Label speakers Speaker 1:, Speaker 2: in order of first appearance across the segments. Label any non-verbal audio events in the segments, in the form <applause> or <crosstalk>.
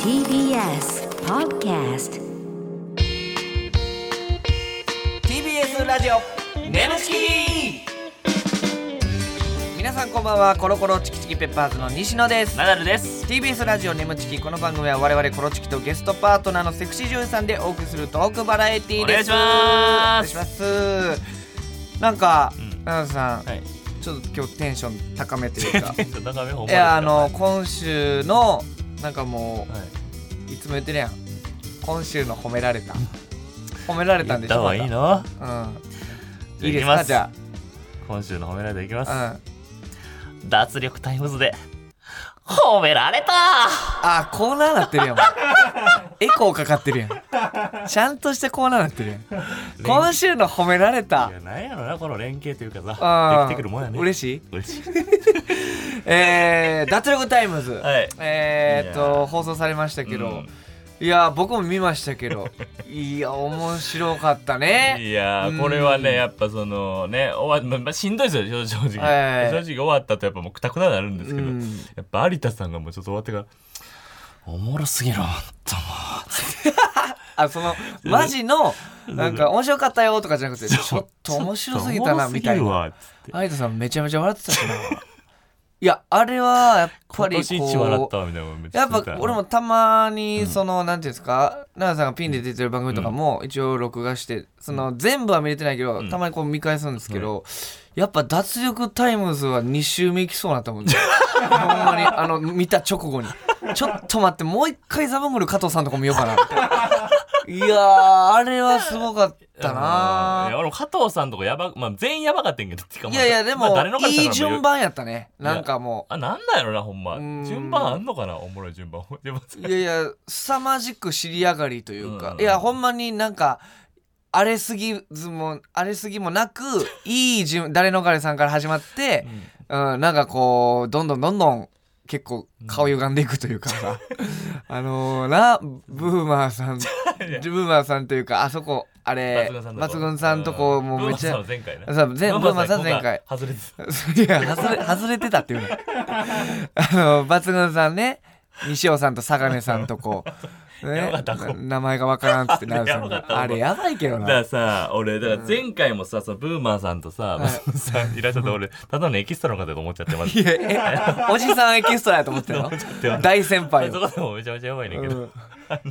Speaker 1: TBS Podcast
Speaker 2: TBS ラジオ
Speaker 3: ネムチキ
Speaker 2: 皆さんこんばんはコロコロチキチキペッパーズの西野です
Speaker 3: ナダルです。
Speaker 2: TBS ラジオネムチキこの番組は我々コロチキとゲストパートナーのセクシー女優さんでお送りするトークバラエティーです
Speaker 3: お
Speaker 2: お願
Speaker 3: 願いしま
Speaker 2: いしますなんか
Speaker 3: うん
Speaker 2: 奈々、さん、
Speaker 3: はい。
Speaker 2: ちょっと今日テンション高めというか
Speaker 3: 高め <laughs> ほんまです
Speaker 2: い
Speaker 3: か
Speaker 2: やあ、の今週のなんかも
Speaker 3: は
Speaker 2: ういつも言ってるやん今週の褒められた褒められ
Speaker 3: い、
Speaker 2: た
Speaker 3: 言
Speaker 2: ん
Speaker 3: っ
Speaker 2: でしたょ
Speaker 3: 方がいいの
Speaker 2: またうんいいで
Speaker 3: じゃあ行き
Speaker 2: す
Speaker 3: ま
Speaker 2: か
Speaker 3: す
Speaker 2: じゃ
Speaker 3: 今週の褒められていきます、
Speaker 2: あ、うん、
Speaker 3: 脱力タイムズで、褒められた
Speaker 2: あコーナーなってるやんもう <laughs> エコーかかってるやんちゃんとしたコーナーなって
Speaker 3: <laughs>
Speaker 2: るやん今週の褒められた
Speaker 3: いや、なんやろな、この連携というか
Speaker 2: あ
Speaker 3: さ、
Speaker 2: ー
Speaker 3: できてくるもんやね。
Speaker 2: 嬉
Speaker 3: しい。
Speaker 2: しい
Speaker 3: 嬉しい。 <laughs>
Speaker 2: えー、脱力タイムズ、
Speaker 3: はい
Speaker 2: えー、っ
Speaker 3: いや
Speaker 2: と放送されましたけど、
Speaker 3: うん
Speaker 2: いや僕も見ましたけ
Speaker 3: <laughs>
Speaker 2: どいや面白かったね
Speaker 3: いやーこれはねやっぱそのね終わ、まましんどいですよ正正直、
Speaker 2: はい
Speaker 3: 正直終わったとやっぱもうくたくたになるんですけど、
Speaker 2: うん
Speaker 3: やっぱ有田さんがもうちょっと終わってから「おもろすぎるほんとも
Speaker 2: あそのマジのなんか面白かったよとかじゃなくて
Speaker 3: う
Speaker 2: ちょっと面白すぎたなみたい
Speaker 3: ちょっとおも
Speaker 2: な
Speaker 3: ろすぎるわっつって
Speaker 2: 有田さんめちゃめちゃ笑ってたしないやあれはやっぱ
Speaker 3: 今
Speaker 2: りこう
Speaker 3: 年一笑ったわみたいなのめち
Speaker 2: や
Speaker 3: ゃ
Speaker 2: っ
Speaker 3: くちゃ
Speaker 2: ぱ
Speaker 3: 言てた
Speaker 2: 俺もたまにその、なんていうんですか奈良さんがピンで出てる番組とかも一応録画してその全部は見れてないけど、
Speaker 3: ん
Speaker 2: たまにこう見返すんですけど、やっぱ脱力タイムズは2周目いきそうなと思うんですよほんまにあの見た直後にちょっと待ってもう一回ザブングル加藤さんとか見ようかなみたいないやーあれはすごかった
Speaker 3: うんいや
Speaker 2: な
Speaker 3: 俺も加藤さんとかやば、まあ、全員やばかったんやけどてかま
Speaker 2: い
Speaker 3: あ
Speaker 2: やいやで
Speaker 3: まあ
Speaker 2: も
Speaker 3: 誰の方から
Speaker 2: い
Speaker 3: も言
Speaker 2: いう順番やったねなんかも
Speaker 3: あなんなんやろなほんま
Speaker 2: うん
Speaker 3: 順番あんのかなおもろい順番 <laughs> でも
Speaker 2: ういやいや凄まじく尻上がりというか、
Speaker 3: うん
Speaker 2: いやほんまになんか荒れすぎずも荒れすぎもなくいい順誰の彼さんから始まって、うん、なんかこうどんどんどんどん結構顔歪んでいくというか
Speaker 3: <laughs>
Speaker 2: さ、あのーなブーマーさんブーマーさんというかあそこあれ
Speaker 3: 抜
Speaker 2: 抜
Speaker 3: 群
Speaker 2: 群
Speaker 3: さ
Speaker 2: さ
Speaker 3: ん
Speaker 2: ん
Speaker 3: と
Speaker 2: と
Speaker 3: こ
Speaker 2: こもうめっちゃ
Speaker 3: ブーマー
Speaker 2: そ
Speaker 3: さんは前回ね
Speaker 2: う全ブーマーさん前回
Speaker 3: 今回外れてた
Speaker 2: いや <laughs> 外れ外れてたっていうねあの抜群さんね西尾さんと坂根さんとこう、
Speaker 3: や
Speaker 2: ね
Speaker 3: ばかったこ、う
Speaker 2: 名前がわからんっつってなるさん
Speaker 3: やばかった
Speaker 2: があれやばいけど
Speaker 3: だから
Speaker 2: な
Speaker 3: さ俺だから前回もさそのブーマーさんとさ松本さんいらっしゃった俺ただのエキストラの方だと思っちゃってまず
Speaker 2: いやえおじさんエキストラやと思ってたの <laughs> 大先 <laughs> 輩
Speaker 3: そ
Speaker 2: を
Speaker 3: こでもめちゃめちゃやばいねんけ
Speaker 2: う
Speaker 3: ど
Speaker 2: ん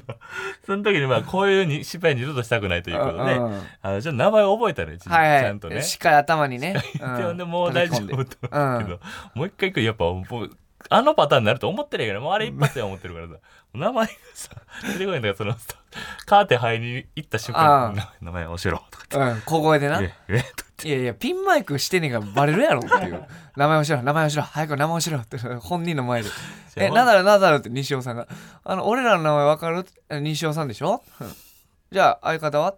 Speaker 3: その時にまあこういうに失敗二度としたくないということで
Speaker 2: うんうん
Speaker 3: あのちょっと名前を覚えたねちち
Speaker 2: はい
Speaker 3: ゃんと
Speaker 2: は
Speaker 3: ね
Speaker 2: いしっかり頭に <laughs> ね
Speaker 3: で
Speaker 2: うん
Speaker 3: でもう大丈
Speaker 2: 叩き込
Speaker 3: 夫
Speaker 2: んで
Speaker 3: と思うけどもう一回行くやっぱ僕あのパターンになると思ってるやからもうあれ一発で思ってるからさ名前がさ出てこないんだからそのカーテン入りに行った瞬間に名前教えろとか
Speaker 2: うんうん小声でな
Speaker 3: 言
Speaker 2: い
Speaker 3: ってええ <laughs> と
Speaker 2: やいやピンマイクしてねえからバレるやろっていう名前をしろ名前をしろ早く名前をしろって本人の <laughs> 前で「えナダルナダル」って西尾さんが「あの俺らの名前わかる?え」西尾さんでしょうんじゃあ相方は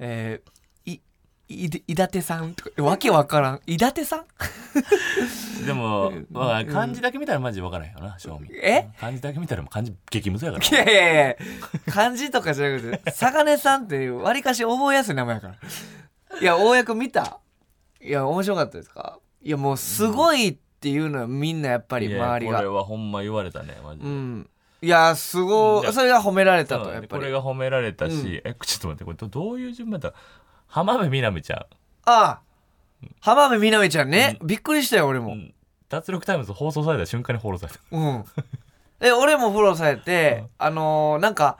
Speaker 2: えー、いいでいだてさんとかわけわからんいだてさん
Speaker 3: でも、まあ、漢字だけ見たらマジで分からんよな、正味。
Speaker 2: え
Speaker 3: 漢字だけ見たらもう漢字激ムズやか
Speaker 2: <laughs> <laughs>
Speaker 3: ら。
Speaker 2: いやいやいや漢字とかじゃなくて坂根さんっていうわりかし覚えやすい名前やからいや大役見たいや面白かったですかいやもうすごいっていうのはみんなやっぱり
Speaker 3: いや
Speaker 2: 周り
Speaker 3: これ
Speaker 2: が
Speaker 3: はほんま言われたね、マジ
Speaker 2: う
Speaker 3: で。
Speaker 2: んいやすご
Speaker 3: うん
Speaker 2: いそれが褒められた
Speaker 3: そう
Speaker 2: と
Speaker 3: だ
Speaker 2: やっ
Speaker 3: ね
Speaker 2: ぱ
Speaker 3: これ
Speaker 2: り
Speaker 3: が褒められたし、
Speaker 2: うん
Speaker 3: え、ちょっと待って、これどどういう順番だ浜辺美波ちゃ
Speaker 2: ああ浜辺美波ちゃんねびっくりしたよ俺
Speaker 3: ん、う
Speaker 2: も
Speaker 3: ん脱力タイムズ放送された瞬間にフォローされた。
Speaker 2: うんえ俺もフォローされてあのーなんか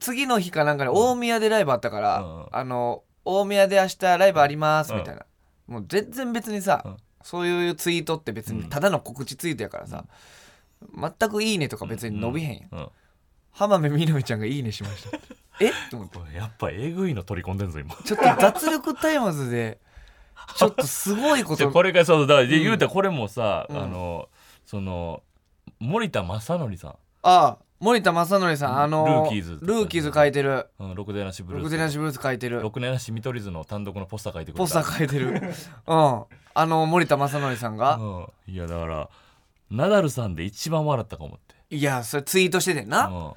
Speaker 2: 次の日かなんかに大宮でライブあったから
Speaker 3: うん
Speaker 2: あのー大宮で明日ライブありますみたいなもう全然別にさ
Speaker 3: うん
Speaker 2: そういうツイートって別にただの告知ツイートやからさ全く「いいね」とか別に伸びへんやん
Speaker 3: うん。
Speaker 2: 浜辺美波ちゃんが「いいね」しましたえっと思って
Speaker 3: これやっぱえぐいの取り込んでんぞ、今。
Speaker 2: ちょっと脱力タイムズでちょっとすごいこ
Speaker 3: じゃ
Speaker 2: と
Speaker 3: あこれがそうだから、で言うたらこれもさ、
Speaker 2: うん
Speaker 3: あの、その、森田正則さん。
Speaker 2: ああ森田正則さん、あの
Speaker 3: ルーキーズ
Speaker 2: ルーキーズ書いてる
Speaker 3: うん、六代なしブルー
Speaker 2: 六
Speaker 3: ス。
Speaker 2: 手なしブルース書いてる
Speaker 3: 六代なし見取り図の単独のポスター書いてくれた。
Speaker 2: ポスター書いてるうんあの森田正則さんが、
Speaker 3: うん、いやだからナダルさんで一番笑ったかもって
Speaker 2: いやそれツイートしててんな、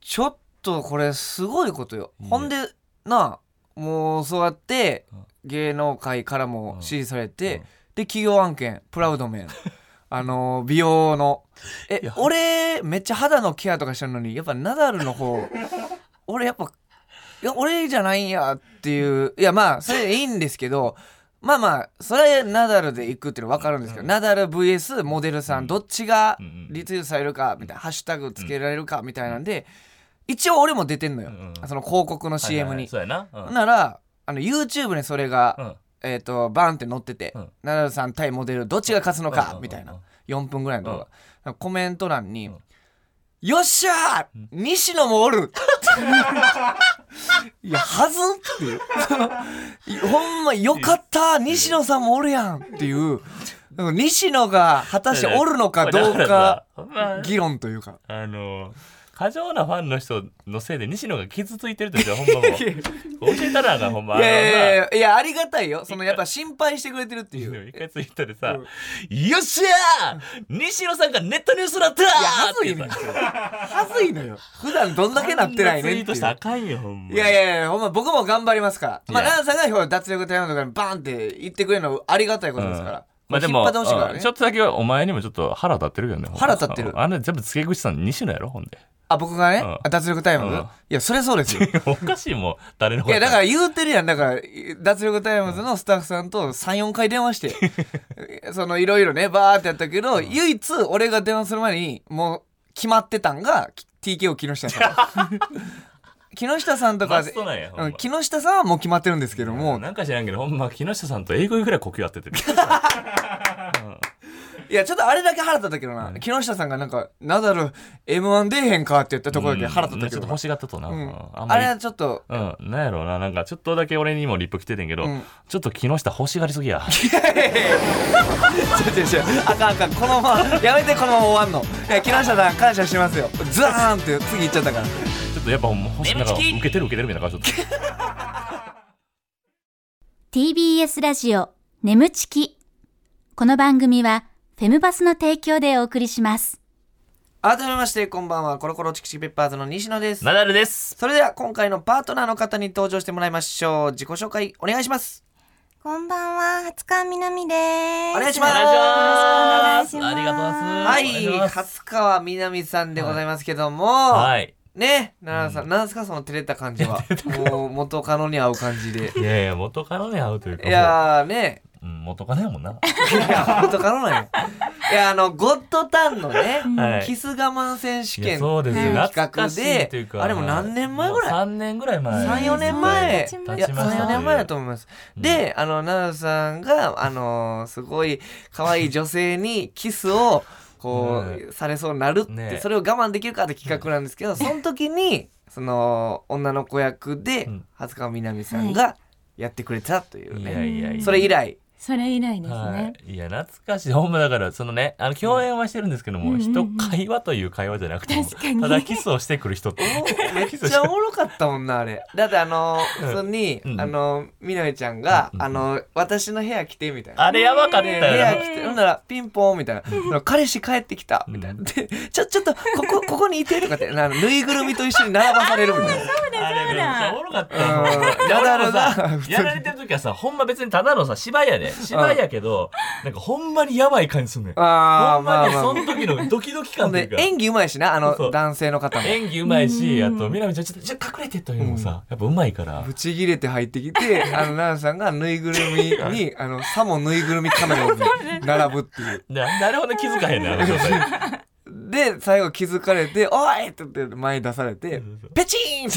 Speaker 2: ちょっとこれすごいことよ、
Speaker 3: ね
Speaker 2: ほんでなあもうそうやって
Speaker 3: うん
Speaker 2: 芸能界からも支持されて、
Speaker 3: うん <laughs>
Speaker 2: で企業案件プラウドメンああの美容のえ
Speaker 3: いや
Speaker 2: 俺めっちゃ肌のケアとかしてるのにやっぱナダルの
Speaker 3: <laughs>
Speaker 2: 方俺やっぱいや俺じゃないんやっていういやまあそれいいんですけどまあまあそれナダルで行くっていうの分かるんですけど、ナダル VS モデルさん、どっちが
Speaker 3: うんうん
Speaker 2: リツイートされるかみたいな、ハッシュタグつけられるかみたいなんで、一応俺も出てんのよ、
Speaker 3: うんうん
Speaker 2: その広告の CM に、
Speaker 3: はいはいはいそうやな。うん
Speaker 2: ならあの YouTube にそれが、
Speaker 3: うん
Speaker 2: えー、とバーンって載ってて、
Speaker 3: うん
Speaker 2: ナダルさん対モデルどっちが勝つの
Speaker 3: うんうんうん
Speaker 2: か
Speaker 3: うん
Speaker 2: みたいな4分ぐらいの動画、コメント欄に「
Speaker 3: ん
Speaker 2: よっしゃー西野もおる! 」いやはずっていうその <laughs> ほんまよかった西野さんもおるやんっていう西野が果たしておるのかどう
Speaker 3: だら
Speaker 2: か
Speaker 3: さほんま
Speaker 2: 議論というか。
Speaker 3: あの過剰なファンの人のせいで西野が傷ついてるとしたらほんまもう教えたらあかんほんま
Speaker 2: いやいやい
Speaker 3: あの
Speaker 2: やいやありがたいよそのやっぱ心配してくれてるっていう
Speaker 3: な一回ツイッターでさ
Speaker 2: うん
Speaker 3: 「よっしゃー西野さんがネットニュースだった!」
Speaker 2: いや、は
Speaker 3: っ
Speaker 2: ず
Speaker 3: て
Speaker 2: い
Speaker 3: さ
Speaker 2: のよ。はずいのよ。普段どんだけなってないねって
Speaker 3: あんツイ
Speaker 2: い
Speaker 3: ー
Speaker 2: う。
Speaker 3: トしたらあかんよほんま
Speaker 2: いやいやいや、ほんま僕も頑張りますから。まあ、
Speaker 3: いや
Speaker 2: ランさんがほら脱力タイムとかにバーンって言ってくれるのありがたいことですから。
Speaker 3: まあで
Speaker 2: 引っ
Speaker 3: も、
Speaker 2: 張ってほしいから
Speaker 3: うん
Speaker 2: ね
Speaker 3: ちょ。っとだけお前にもちょっと腹立ってるよね。
Speaker 2: 腹立ってる
Speaker 3: あれ全部付け口さん西野やろほんで。
Speaker 2: あ、僕がね、
Speaker 3: うん
Speaker 2: あ脱力タイムズ、
Speaker 3: うん
Speaker 2: いや、それそう
Speaker 3: <laughs>
Speaker 2: ですよ。い
Speaker 3: おかしいもん、誰のこと
Speaker 2: や、だから言うてるやん。だから、脱力タイムズのスタッフさんと3、4回電話して、
Speaker 3: <laughs>
Speaker 2: その、いろいろね、バーってやったけど、唯一俺が電話する前に、もう、決まってたんが、き TKO 木下さ
Speaker 3: <laughs>
Speaker 2: ん。木下さんとか
Speaker 3: マ
Speaker 2: で
Speaker 3: ス、トなんや。ほんま
Speaker 2: うん木下さんはもう決まってるんですけども、
Speaker 3: なんか知らんけど、ほんま、木下さんと英語ぐらい呼吸合ってて。
Speaker 2: いや、ちょっとあれだけ腹立ったけどな、木下さんがなんか、ナダル、M1 出えへんかって言ったところだけ腹立った
Speaker 3: ち
Speaker 2: け
Speaker 3: ょっ
Speaker 2: ど
Speaker 3: と欲
Speaker 2: な、
Speaker 3: しがってたな。
Speaker 2: うん
Speaker 3: あん
Speaker 2: あ
Speaker 3: まり
Speaker 2: れはちょっと、
Speaker 3: うん、なんやろうな、なんかちょっとだけ俺にもリップ来ててんけど、
Speaker 2: うん
Speaker 3: ちょっと木下欲しがりす
Speaker 2: <laughs>
Speaker 3: ぎや。
Speaker 2: 違う違う違う、あかんあかん、このまま、 <laughs> やめてこのまま終わんの。いや、木下さん、感謝しますよ。ズワーンって次行っちゃったから。
Speaker 3: ちょっとやっぱほんま欲しなんか受けてる受けてるみたいな感じだった。
Speaker 1: TBS ラジオ眠ちきこの番組はフェムバスの提供でお送りします
Speaker 2: 改めまして、こんばんは、コロコロチキチキペッパーズの西野です。
Speaker 3: <laughs> ナダルです。
Speaker 2: それでは、今回のパートナーの方に登場してもらいましょう。自己紹介、お願いします。
Speaker 4: こんばんは、初川みなみです。
Speaker 2: お願いします
Speaker 4: よろしくお願いします
Speaker 3: ありがとうございます。
Speaker 2: は
Speaker 3: お願いし
Speaker 2: い、
Speaker 3: ます
Speaker 2: 初川みなみさんでございますけども、
Speaker 3: はい。
Speaker 2: ね奈良さん、なんですかその照れた感じ
Speaker 3: <laughs>
Speaker 2: はもう元カノに合う感じで
Speaker 3: いやいや、元カノに会うというか、
Speaker 2: いやーね
Speaker 3: もううん、元カノやもんな。
Speaker 2: いや元カノなんやいやあのゴッドタンのね、
Speaker 3: はい
Speaker 2: キス我慢選手
Speaker 3: いや
Speaker 2: 権
Speaker 3: そう
Speaker 2: って
Speaker 3: です
Speaker 2: いう
Speaker 3: よ
Speaker 2: 企
Speaker 3: 懐
Speaker 2: 画
Speaker 3: かしいと
Speaker 2: で
Speaker 3: いうか
Speaker 2: あれも何年前ぐらい
Speaker 3: 3年ぐらい前
Speaker 2: 34年前
Speaker 4: そう
Speaker 2: い
Speaker 4: 経
Speaker 2: や
Speaker 4: ち
Speaker 3: ました
Speaker 2: 34年前だと思います、であの奈良さんがあのーすごい可愛い女性にキスをこう、されそうになるって、
Speaker 3: ねえ
Speaker 2: それを我慢できるかって企画なんですけど、その時にその女の子役で
Speaker 3: うん
Speaker 2: 初川みなみさんがやってくれたという
Speaker 3: い
Speaker 2: ね、
Speaker 3: やいやいや
Speaker 2: それ以来
Speaker 4: それ以来です
Speaker 3: は
Speaker 4: ね。
Speaker 3: い、いや懐かしいほんまだからそのねあの共演はしてるんですけども、
Speaker 4: うん
Speaker 3: 人会話という会話じゃなくても
Speaker 4: 確かに
Speaker 3: ただキスをしてくる人って <laughs>
Speaker 2: めっちゃおもろかったもんなあれだってあの
Speaker 3: うん
Speaker 2: 普通に、
Speaker 3: うん
Speaker 2: あのみなみちゃんが、
Speaker 3: うん
Speaker 2: あの私の部屋来て」みたいな
Speaker 3: あれやばかった
Speaker 2: で
Speaker 3: よ
Speaker 2: 部屋
Speaker 3: な
Speaker 2: 来てほんならピンポンみたいなその彼氏帰ってきたみたいなでちょちょっとここここにいてとかってなぬいぐるみと一緒に並ばされるみたい
Speaker 3: <laughs>
Speaker 2: な
Speaker 3: あれめっちゃおもろかったよ
Speaker 2: うん
Speaker 3: いや
Speaker 2: ナダ
Speaker 3: 俺も
Speaker 2: ルが
Speaker 3: さやられてる時はさほんま別にただのさ芝居やで芝居やけどなんかほんまにやばい感じすんねんほん
Speaker 2: あーま
Speaker 3: ま
Speaker 2: あ
Speaker 3: に
Speaker 2: まあ
Speaker 3: その時のドキドキ
Speaker 2: ほ
Speaker 3: 感
Speaker 2: ん
Speaker 3: という
Speaker 2: で
Speaker 3: か
Speaker 2: 演技うまいしなあ
Speaker 3: そうそ
Speaker 2: の
Speaker 3: う
Speaker 2: 男性の方も
Speaker 3: 演技うまいしあとみなみちゃんちょっとちょっと隠れてというのもさやっぱうまいから
Speaker 2: ぶち切れて入ってきてあの奈々さんがぬいぐるみ
Speaker 3: <laughs>
Speaker 2: にあのさもぬいぐるみカメラに並ぶっていう
Speaker 3: ななるほど気づかへんねあの状態
Speaker 2: で最後気づかれて「おい!」って言って前に出されて
Speaker 3: そうそう
Speaker 2: ペチーンっ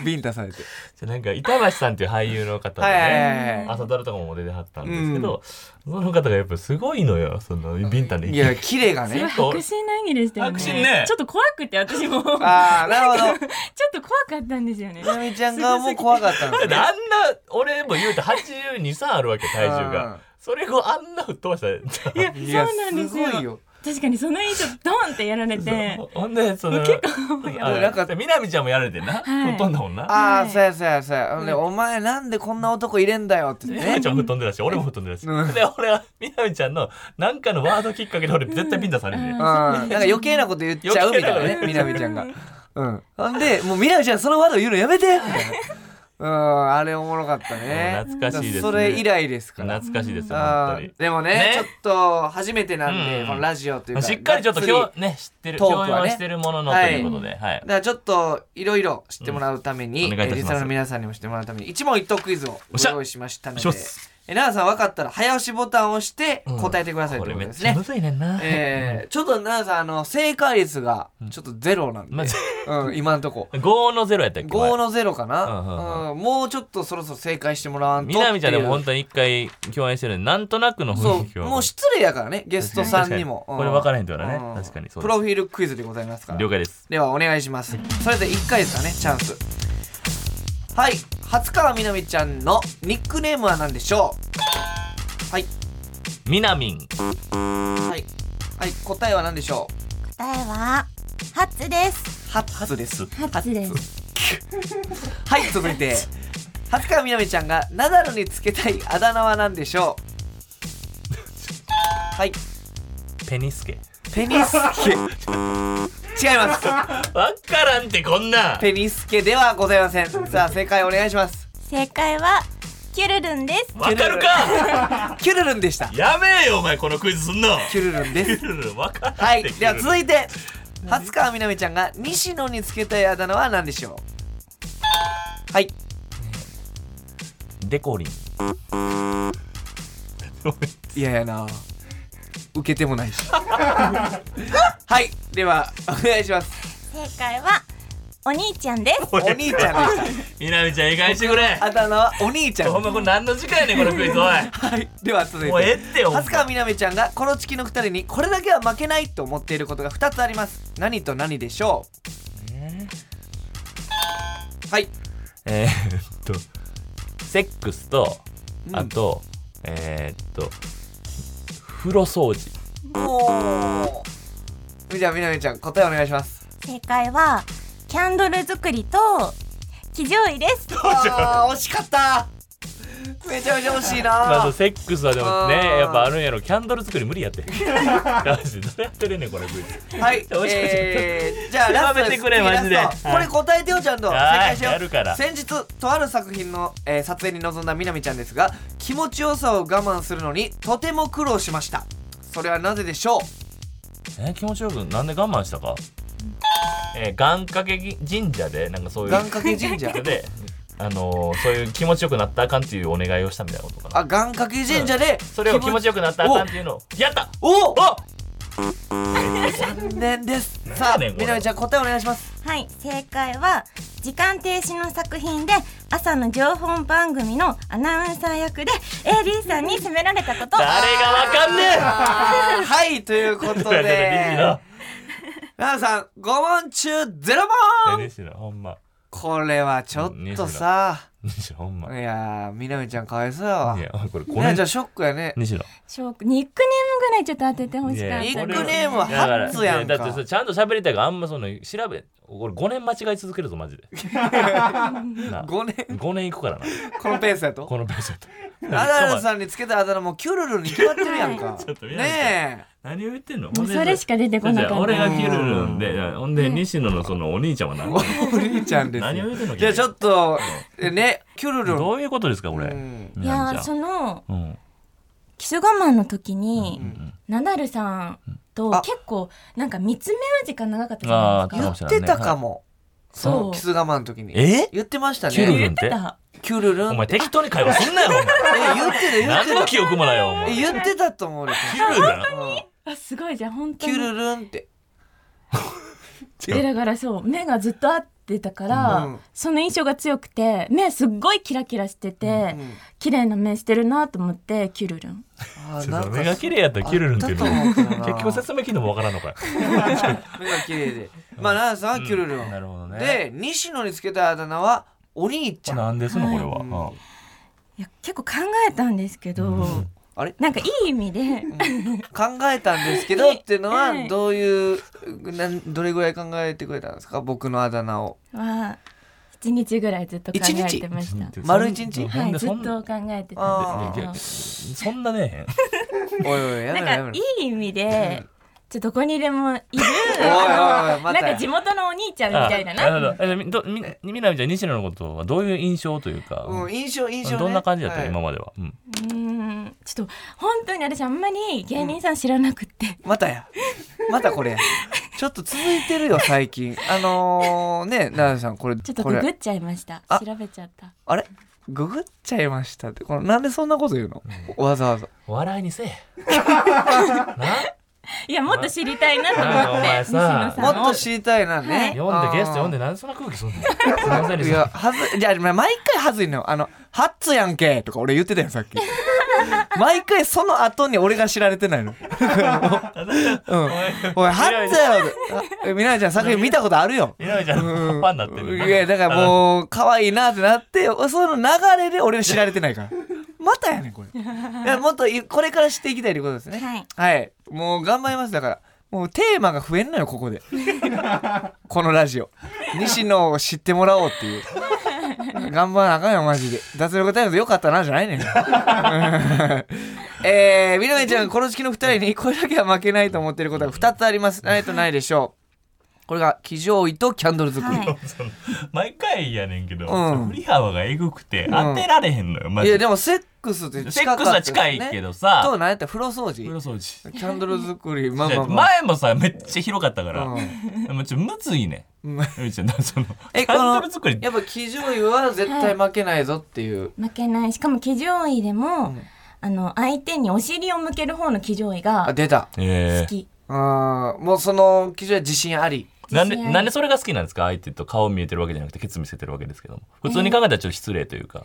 Speaker 2: てビン出されて
Speaker 3: じゃあなんか板橋さんっていう俳優の方で
Speaker 2: はいはい
Speaker 3: ね
Speaker 2: はいはい
Speaker 3: 朝ドラとかも出てはったんですけど、その方がやっぱすごいのよそのビンタで
Speaker 2: いやキレが
Speaker 4: すごい
Speaker 2: ね
Speaker 4: 白真の演技でしたよね。
Speaker 3: 迫真ね
Speaker 4: ちょっと怖くて、私も。ち <laughs> ょっ
Speaker 2: ああなるほど
Speaker 4: と怖かったんですよね。
Speaker 2: みなみちゃんがもう怖かったんで
Speaker 3: あ
Speaker 2: す
Speaker 3: ん
Speaker 2: ね
Speaker 3: な俺も言うて82さあるわけ体重
Speaker 2: うん
Speaker 3: がそれをあんな吹っ飛ばした
Speaker 4: いや、
Speaker 2: い
Speaker 4: そうなんですよ。
Speaker 2: ごいよ
Speaker 4: 確かにその印象、ドンってやられて。
Speaker 3: ほんでその
Speaker 4: 結構やばい
Speaker 3: あ
Speaker 2: なんか
Speaker 3: みなみちゃんもやられてんな、
Speaker 4: はい
Speaker 3: 吹っ飛んだもんな
Speaker 2: あ
Speaker 4: は
Speaker 2: あ
Speaker 4: い
Speaker 2: そうやそうやそうやほんでお前なんでこんな男入れんだよって
Speaker 3: み
Speaker 2: ね
Speaker 3: なみちゃんも吹っ飛んでたし俺も吹っ飛んでたし、
Speaker 2: うん
Speaker 3: で俺はみなみちゃんのなんかのワードきっかけで俺絶対ビンタされるね、
Speaker 2: うん
Speaker 4: ん
Speaker 2: なんか余計なこと言っちゃうみたいなねみなみちゃんがうんほんでもうみなみちゃんそのワード言うのやめてみたいなうん、あれおもろかったね。
Speaker 3: 懐かしいですね
Speaker 2: それ以来ですから。
Speaker 3: 懐かしいですよ本
Speaker 2: あ
Speaker 3: 当に
Speaker 2: ーでもね
Speaker 3: ね
Speaker 2: ちょっと初めてなんで、
Speaker 3: うん
Speaker 2: このラジオというか
Speaker 3: しっかりちょっと
Speaker 2: がつ
Speaker 3: 今
Speaker 2: り
Speaker 3: 日ね知ってる
Speaker 2: トークは
Speaker 3: 共
Speaker 2: ね
Speaker 3: 演はしてるもののと
Speaker 2: はい
Speaker 3: いうことで、はい
Speaker 2: だからちょっといろいろ知ってもらうために、
Speaker 3: うんお
Speaker 2: え
Speaker 3: 願
Speaker 2: ー
Speaker 3: いいた
Speaker 2: リ
Speaker 3: し
Speaker 2: ス
Speaker 3: ます
Speaker 2: ナーの皆さんにも知ってもらうために一問一答クイズをご
Speaker 3: っしゃ
Speaker 2: 用意しましたの
Speaker 3: お
Speaker 2: で
Speaker 3: 願いします
Speaker 2: えー奈良さん分かったら早押しボタンを押して
Speaker 3: うん
Speaker 2: 答えてください
Speaker 3: こと
Speaker 2: い
Speaker 3: れ
Speaker 2: うこ
Speaker 3: め
Speaker 2: とで
Speaker 3: っ
Speaker 2: す
Speaker 3: ちゃ
Speaker 2: ね
Speaker 3: む、ずいねんな、
Speaker 2: えーちょっと奈良さんあの正解率がちょっとゼロなんで、
Speaker 3: <laughs> まず
Speaker 2: うん、今のとこ
Speaker 3: 5の0やったっけ
Speaker 2: 5の0かな、
Speaker 3: う
Speaker 2: うん
Speaker 3: う
Speaker 2: ん
Speaker 3: ん
Speaker 2: もうちょっとそろそろ正解してもらわんと
Speaker 3: みなみちゃんで
Speaker 2: っ
Speaker 3: も
Speaker 2: ていう
Speaker 3: 本当に一回共演してるんでなんとなくの雰囲気
Speaker 2: そう、
Speaker 3: を
Speaker 2: もう失礼やからね、ゲストさんにも。
Speaker 3: 確かにこれ分からへんって
Speaker 2: と
Speaker 3: ことだね確かにそうです
Speaker 2: プロフィールクイズでございますから。
Speaker 3: 了解です
Speaker 2: では、お願いします。それで1回ですかね、チャンス。はい、初川みなみちゃんのニックネームは何でしょうはい、
Speaker 3: みなみん
Speaker 2: はい、はい、答えは何でしょ
Speaker 1: 答えは、ハツです。
Speaker 2: う初です。
Speaker 1: ハツです。
Speaker 2: はい、続いて。初川みなみちゃんがナダルにつけたいあだ名は何でしょ
Speaker 3: <laughs>
Speaker 2: うはい、
Speaker 3: ペニスケ
Speaker 2: ペニス
Speaker 3: <laughs>
Speaker 2: ケ。違います。
Speaker 3: 分からんってこんなん
Speaker 2: ペニスケではございません。さあ、正解お願いします。
Speaker 1: 正解は、キュルルンです。
Speaker 3: 分かるか
Speaker 2: キュルルンでした。
Speaker 3: やべえよお前このクイズすんの
Speaker 2: キュルルンです。
Speaker 3: 分からんっ
Speaker 2: <laughs>
Speaker 3: て
Speaker 2: はい、では続いて、初川みなみちゃんが西野につけたいあだ名は何でしょうはい、
Speaker 3: デコリン <laughs>
Speaker 2: いややな受けてもな
Speaker 1: <laughs>
Speaker 2: いし。はい、では、お願いします。
Speaker 1: 正解は、お兄ちゃんです。
Speaker 2: お兄ちゃんでし
Speaker 3: みなみちゃん意外してくれ
Speaker 2: た。あだ名はお兄ちゃん
Speaker 3: ほん
Speaker 2: で
Speaker 3: まこれ何の時間やねんこのクイズおい
Speaker 2: す。はい、では続い
Speaker 3: もうええ
Speaker 2: て。
Speaker 3: ってよほんま
Speaker 2: 初川みなみちゃんがこのチキの二人にこれだけは負けないと思っていることが二つあります何と何でしょうはい
Speaker 3: えーっとセックスと
Speaker 2: うん
Speaker 3: あと、えーっと風呂掃除
Speaker 2: おーじゃあみなみちゃん答えお願いします
Speaker 1: 正解は、キャンドル作りと、騎乗位です。
Speaker 2: あー惜しかっためちゃめちゃ惜しいな、
Speaker 3: まあそうセックスはでも
Speaker 2: あ
Speaker 3: ね
Speaker 2: ー
Speaker 3: やっぱあるんやろキャンドル作り無理やってマジでどうやってるねんこれクイズ <laughs>
Speaker 2: はい
Speaker 3: 惜しかった
Speaker 2: えー、じゃあ
Speaker 3: <laughs>
Speaker 2: ラストです
Speaker 3: 狭めてくれマジで
Speaker 2: ラストこれ答えてよちゃんと正
Speaker 3: は
Speaker 2: 解
Speaker 3: い
Speaker 2: しよう
Speaker 3: やるから
Speaker 2: 先日とある作品の、えー撮影に臨んだみなみちゃんですが気持ちよさを我慢するのにとても苦労しましたそれはなぜでしょう
Speaker 3: え気持ちよくなんで我慢したかえー願掛けぎ神社でなんかそういう
Speaker 2: 願掛け神社
Speaker 3: であのーそういう気持ちよくなったらあかんっていうお願いをしたみたいなことかな
Speaker 2: あ願掛け神社で、
Speaker 3: それを気持ちよくなったらあかんっていうのをやった
Speaker 2: お
Speaker 3: お
Speaker 2: 残念ですさあ
Speaker 3: なんやねんこれ
Speaker 2: みなみちゃん答えお願いします
Speaker 1: はい、正解は時間停止の作品で朝の情報番組のアナウンサー役で AD さんに責められたこと。
Speaker 3: 誰がわかんねえ
Speaker 2: あーはいという
Speaker 3: <laughs>
Speaker 2: こと
Speaker 3: ちょっと西
Speaker 2: で
Speaker 3: 野
Speaker 2: 奈良さん5問中ゼロ問
Speaker 3: 西野ほんま
Speaker 2: これはちょっとさ
Speaker 3: 西野ほんま
Speaker 2: い
Speaker 3: い
Speaker 2: やーみなみちゃんかわいそうやわみ
Speaker 3: やこれこ
Speaker 2: な
Speaker 3: れ
Speaker 2: みちゃんショックやね
Speaker 3: 西野
Speaker 4: ショックニックネームぐらいちょっと当ててほしかった
Speaker 2: ニ
Speaker 4: で
Speaker 2: ッ
Speaker 4: す
Speaker 2: クネームは
Speaker 3: だから
Speaker 2: 初やん
Speaker 3: いだってそ
Speaker 2: か
Speaker 3: れちゃんと喋りたいからあんまその調べ俺5年間違い続けるぞマ
Speaker 2: <laughs>
Speaker 3: ジでな
Speaker 2: 5年
Speaker 3: 5年いくからな
Speaker 2: このペースやと
Speaker 3: このページだと
Speaker 2: アダルさんにつけたあだ名もキュルルに決まってるやんか
Speaker 3: <laughs> ちょっと見ない
Speaker 2: ね
Speaker 3: 何を言ってんの
Speaker 4: もうそれしか出てこなかった
Speaker 3: 俺がキュルルンでほんで西野のそのお兄ちゃんは
Speaker 2: え
Speaker 3: 何
Speaker 2: お兄ちゃんです
Speaker 3: 何を言
Speaker 2: よ
Speaker 3: ってんの
Speaker 2: じゃあちょっとえねキュルル
Speaker 3: <laughs> どういうことですかこれ
Speaker 2: うん
Speaker 1: いやーその
Speaker 3: うん
Speaker 1: キス我慢の時に、
Speaker 2: ん
Speaker 1: ナダルさんと
Speaker 2: あ
Speaker 1: 結構なんか見つめ合う時間長かったじ
Speaker 3: ああ
Speaker 1: ゃ
Speaker 3: っ
Speaker 1: ないです
Speaker 3: た
Speaker 1: か。
Speaker 2: 言ってたかも
Speaker 1: そう
Speaker 2: キス我慢の時に
Speaker 3: え
Speaker 2: 言ってましたね
Speaker 3: キュルルン
Speaker 4: 言ってた
Speaker 2: キュルルン
Speaker 3: お前適当に会話すんなよ
Speaker 2: え言ってた
Speaker 3: お前
Speaker 2: 言って
Speaker 3: 何の
Speaker 2: た
Speaker 3: 記憶もないよお
Speaker 2: え
Speaker 3: 前キ
Speaker 2: 言ってたと思うよ
Speaker 3: ュルルン
Speaker 4: あすごいじゃん本当
Speaker 2: キ
Speaker 4: に
Speaker 2: ュルルンって
Speaker 4: でだからそう目がずっと合ってたから、
Speaker 2: うん
Speaker 4: その印象が強くて目すっごいキラキラしてて、
Speaker 2: うん
Speaker 4: 綺麗な目してるなと思ってキュルルン
Speaker 2: あ
Speaker 3: ち
Speaker 2: ー
Speaker 3: ょっと
Speaker 2: か
Speaker 3: 目が綺麗やったらキュルルンっていうの
Speaker 2: あったと思うけどな
Speaker 3: <laughs> 結局説明聞いてもわからんのかよ
Speaker 2: 目が綺麗でまあ奈良さんはキュルルン、
Speaker 3: うんなるほどね
Speaker 2: で西野につけたあだ名はお兄ちゃん
Speaker 3: なんですのこれは、
Speaker 2: うん
Speaker 3: あ
Speaker 1: いや結構考えたんですけど、
Speaker 3: うん
Speaker 2: あれ
Speaker 1: なんかいい意味で
Speaker 2: 考えたんですけどっていうのは
Speaker 4: はい
Speaker 2: どういうなんどれぐらい考えてくれたんですか僕のあだ名を
Speaker 4: は一日ぐらいずっと考えてました
Speaker 3: そん
Speaker 2: 丸一日
Speaker 4: は
Speaker 3: ほん
Speaker 4: い
Speaker 3: で
Speaker 4: ずっ
Speaker 3: そ
Speaker 4: と
Speaker 3: んな
Speaker 4: 考えてたん
Speaker 2: あ
Speaker 4: ですけ
Speaker 3: い
Speaker 4: ど <laughs>
Speaker 3: やそんなねえへん
Speaker 2: おいおいやめろ
Speaker 1: な
Speaker 2: や
Speaker 1: ん
Speaker 2: め
Speaker 1: か
Speaker 2: ろ
Speaker 1: いい意味で
Speaker 4: ちょどこにでもいる
Speaker 2: おいおいおい
Speaker 4: な
Speaker 2: ま
Speaker 4: ん
Speaker 2: た
Speaker 4: か地元のお兄ちゃんみたいな
Speaker 3: あ
Speaker 4: な
Speaker 3: るほど。えみどみみなみちゃん西野のことはどういう印象というか、
Speaker 2: うん印象印象、ね、
Speaker 3: どんな感じだった、
Speaker 2: はい
Speaker 3: 今までは。うん
Speaker 4: うんちょっと本当に私あんまり芸人さん知らなくって、
Speaker 2: またやまたこれやちょっと続いてるよ最近あのー、ね奈々さんこれ
Speaker 4: ちょっと
Speaker 2: こ
Speaker 4: ググ
Speaker 2: れ
Speaker 4: っちゃいました
Speaker 2: あ
Speaker 4: 調べちゃった
Speaker 2: あれググっちゃいましたってこのなんでそんなこと言うのわざわざ
Speaker 3: 笑いにせえ。
Speaker 4: いやもっと知りたいなと
Speaker 3: なあ
Speaker 4: 思
Speaker 3: お
Speaker 4: って
Speaker 3: 前
Speaker 4: 西野
Speaker 3: さ
Speaker 4: さん
Speaker 2: も
Speaker 4: を
Speaker 2: っと知りたいなね、
Speaker 3: 読んでゲスト読ん
Speaker 2: で
Speaker 3: でなんでそんな空気すんの。すみませんで
Speaker 2: い
Speaker 3: した
Speaker 2: やはずじゃあまあ毎回はずいのよあの「ハッツやんけ」とか俺言ってたよさっ <laughs> き毎回その後に俺が知られて <laughs> ないのうんおいハッツやろあみなみちゃん作品見たことあるよ
Speaker 3: みなみちゃんのファンになってる。
Speaker 2: いやだからもう可愛いなってなってその流れで俺は知られてないからまたやねんこ
Speaker 1: <laughs>
Speaker 2: れいやもっといこれから知っていきたいということですね
Speaker 1: はい
Speaker 2: もう頑張りますだからもうテーマが増えんのよ
Speaker 1: <laughs>
Speaker 2: ここでこのラジオ西野を知ってもらおうっていう頑張らなあかんよマジで脱力タイムズよかったなじゃないねん <laughs> えー、みなみちゃんこの時期の2人にこれだけは負けないと思ってることが2つありますないとないでしょうこれが騎乗位とキャンドル作り、
Speaker 1: はい
Speaker 3: <laughs> その毎回やねんけど、
Speaker 2: うん
Speaker 3: 振り幅がえぐくて当てられへんのよ、マ
Speaker 2: い
Speaker 3: ジ
Speaker 2: や
Speaker 3: で。
Speaker 2: でもセックスって
Speaker 3: セ
Speaker 2: 近か
Speaker 3: ッ
Speaker 2: った
Speaker 3: ク
Speaker 2: で
Speaker 3: ス
Speaker 2: すね
Speaker 3: は近いけど
Speaker 2: と
Speaker 3: さ、
Speaker 2: 何やったら風呂掃
Speaker 3: 風
Speaker 2: 除
Speaker 3: 呂掃除。
Speaker 2: キャンドル作りまあまあまあ
Speaker 3: 前もさめっちゃ広かったから、
Speaker 2: う
Speaker 3: で <laughs> もちょっとむずいね
Speaker 2: うん
Speaker 3: みなみちゃんだからその
Speaker 2: え
Speaker 3: ハ
Speaker 2: この
Speaker 3: ンドル作り
Speaker 2: やっぱ騎乗位は絶対負けないぞっていう、
Speaker 4: 負けないしかも騎乗位でも、
Speaker 2: ん
Speaker 4: あの相手にお尻を向ける方の騎乗位
Speaker 2: あ
Speaker 4: が
Speaker 2: 出た
Speaker 3: え
Speaker 4: 好き、
Speaker 2: あーもうその騎乗位は自信あり
Speaker 3: ー、なんで
Speaker 4: 自信ある
Speaker 3: なんでそれが好きなんですか相手と顔見えてるわけじゃなくてケツ見せてるわけですけども普通に考えたらちょっと失礼というか、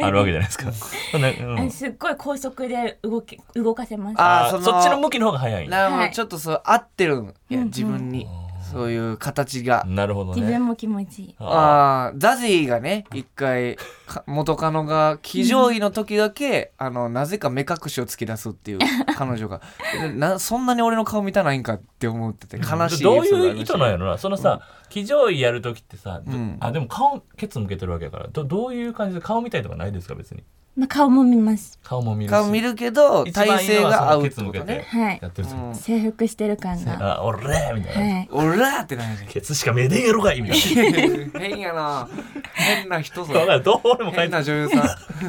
Speaker 3: <laughs> あるわけじゃないです
Speaker 2: <laughs>
Speaker 3: かそんなうん
Speaker 4: あすっごい高速で動き動かせます
Speaker 2: あーそ
Speaker 3: あそ
Speaker 2: の
Speaker 3: そっちの向きの方が早いんだ
Speaker 2: なるほど、
Speaker 4: はい
Speaker 2: ちょっとそう合ってるんいや
Speaker 4: うんうん
Speaker 2: 自分に、そういう形が、
Speaker 3: なるほど
Speaker 4: 自
Speaker 3: ね
Speaker 4: 分も気持ちいい
Speaker 3: あ
Speaker 2: ああザジーがね一回か元カノが騎乗位の時だけ、あのなぜか目隠しを突き出すっていう彼女がでなそんなに俺の顔見たないんかって思ってて
Speaker 3: ー
Speaker 2: 悲しい
Speaker 3: どう
Speaker 2: エピソードがあり
Speaker 3: いう
Speaker 2: まし
Speaker 3: 意
Speaker 2: た
Speaker 3: 図なんやろなそのさ騎乗位やる時ってさ、ど
Speaker 2: うん
Speaker 3: あでも顔ケツ向けてるわけやからどどういう感じで顔見たいとかないですか別に
Speaker 4: まあ、顔も見ます
Speaker 3: 顔も見るし
Speaker 2: 顔見るけど
Speaker 3: 一
Speaker 2: 体
Speaker 3: 番いい
Speaker 2: 勢
Speaker 3: のはその
Speaker 2: が合うっ
Speaker 3: ケ
Speaker 2: て
Speaker 3: ツ
Speaker 2: こ
Speaker 3: 向け
Speaker 2: とね
Speaker 3: て
Speaker 4: はい
Speaker 3: やってる時
Speaker 2: うん
Speaker 4: 制服してる感が
Speaker 3: あ、俺みたいな。
Speaker 4: はい
Speaker 2: 「おら!」って
Speaker 3: <laughs>
Speaker 2: なんやねん
Speaker 3: ケツしか見えてんやろかいみたい
Speaker 2: 変やな変な人ぞ
Speaker 3: な。だからどう俺も書い
Speaker 2: 変
Speaker 3: て
Speaker 2: な女優さ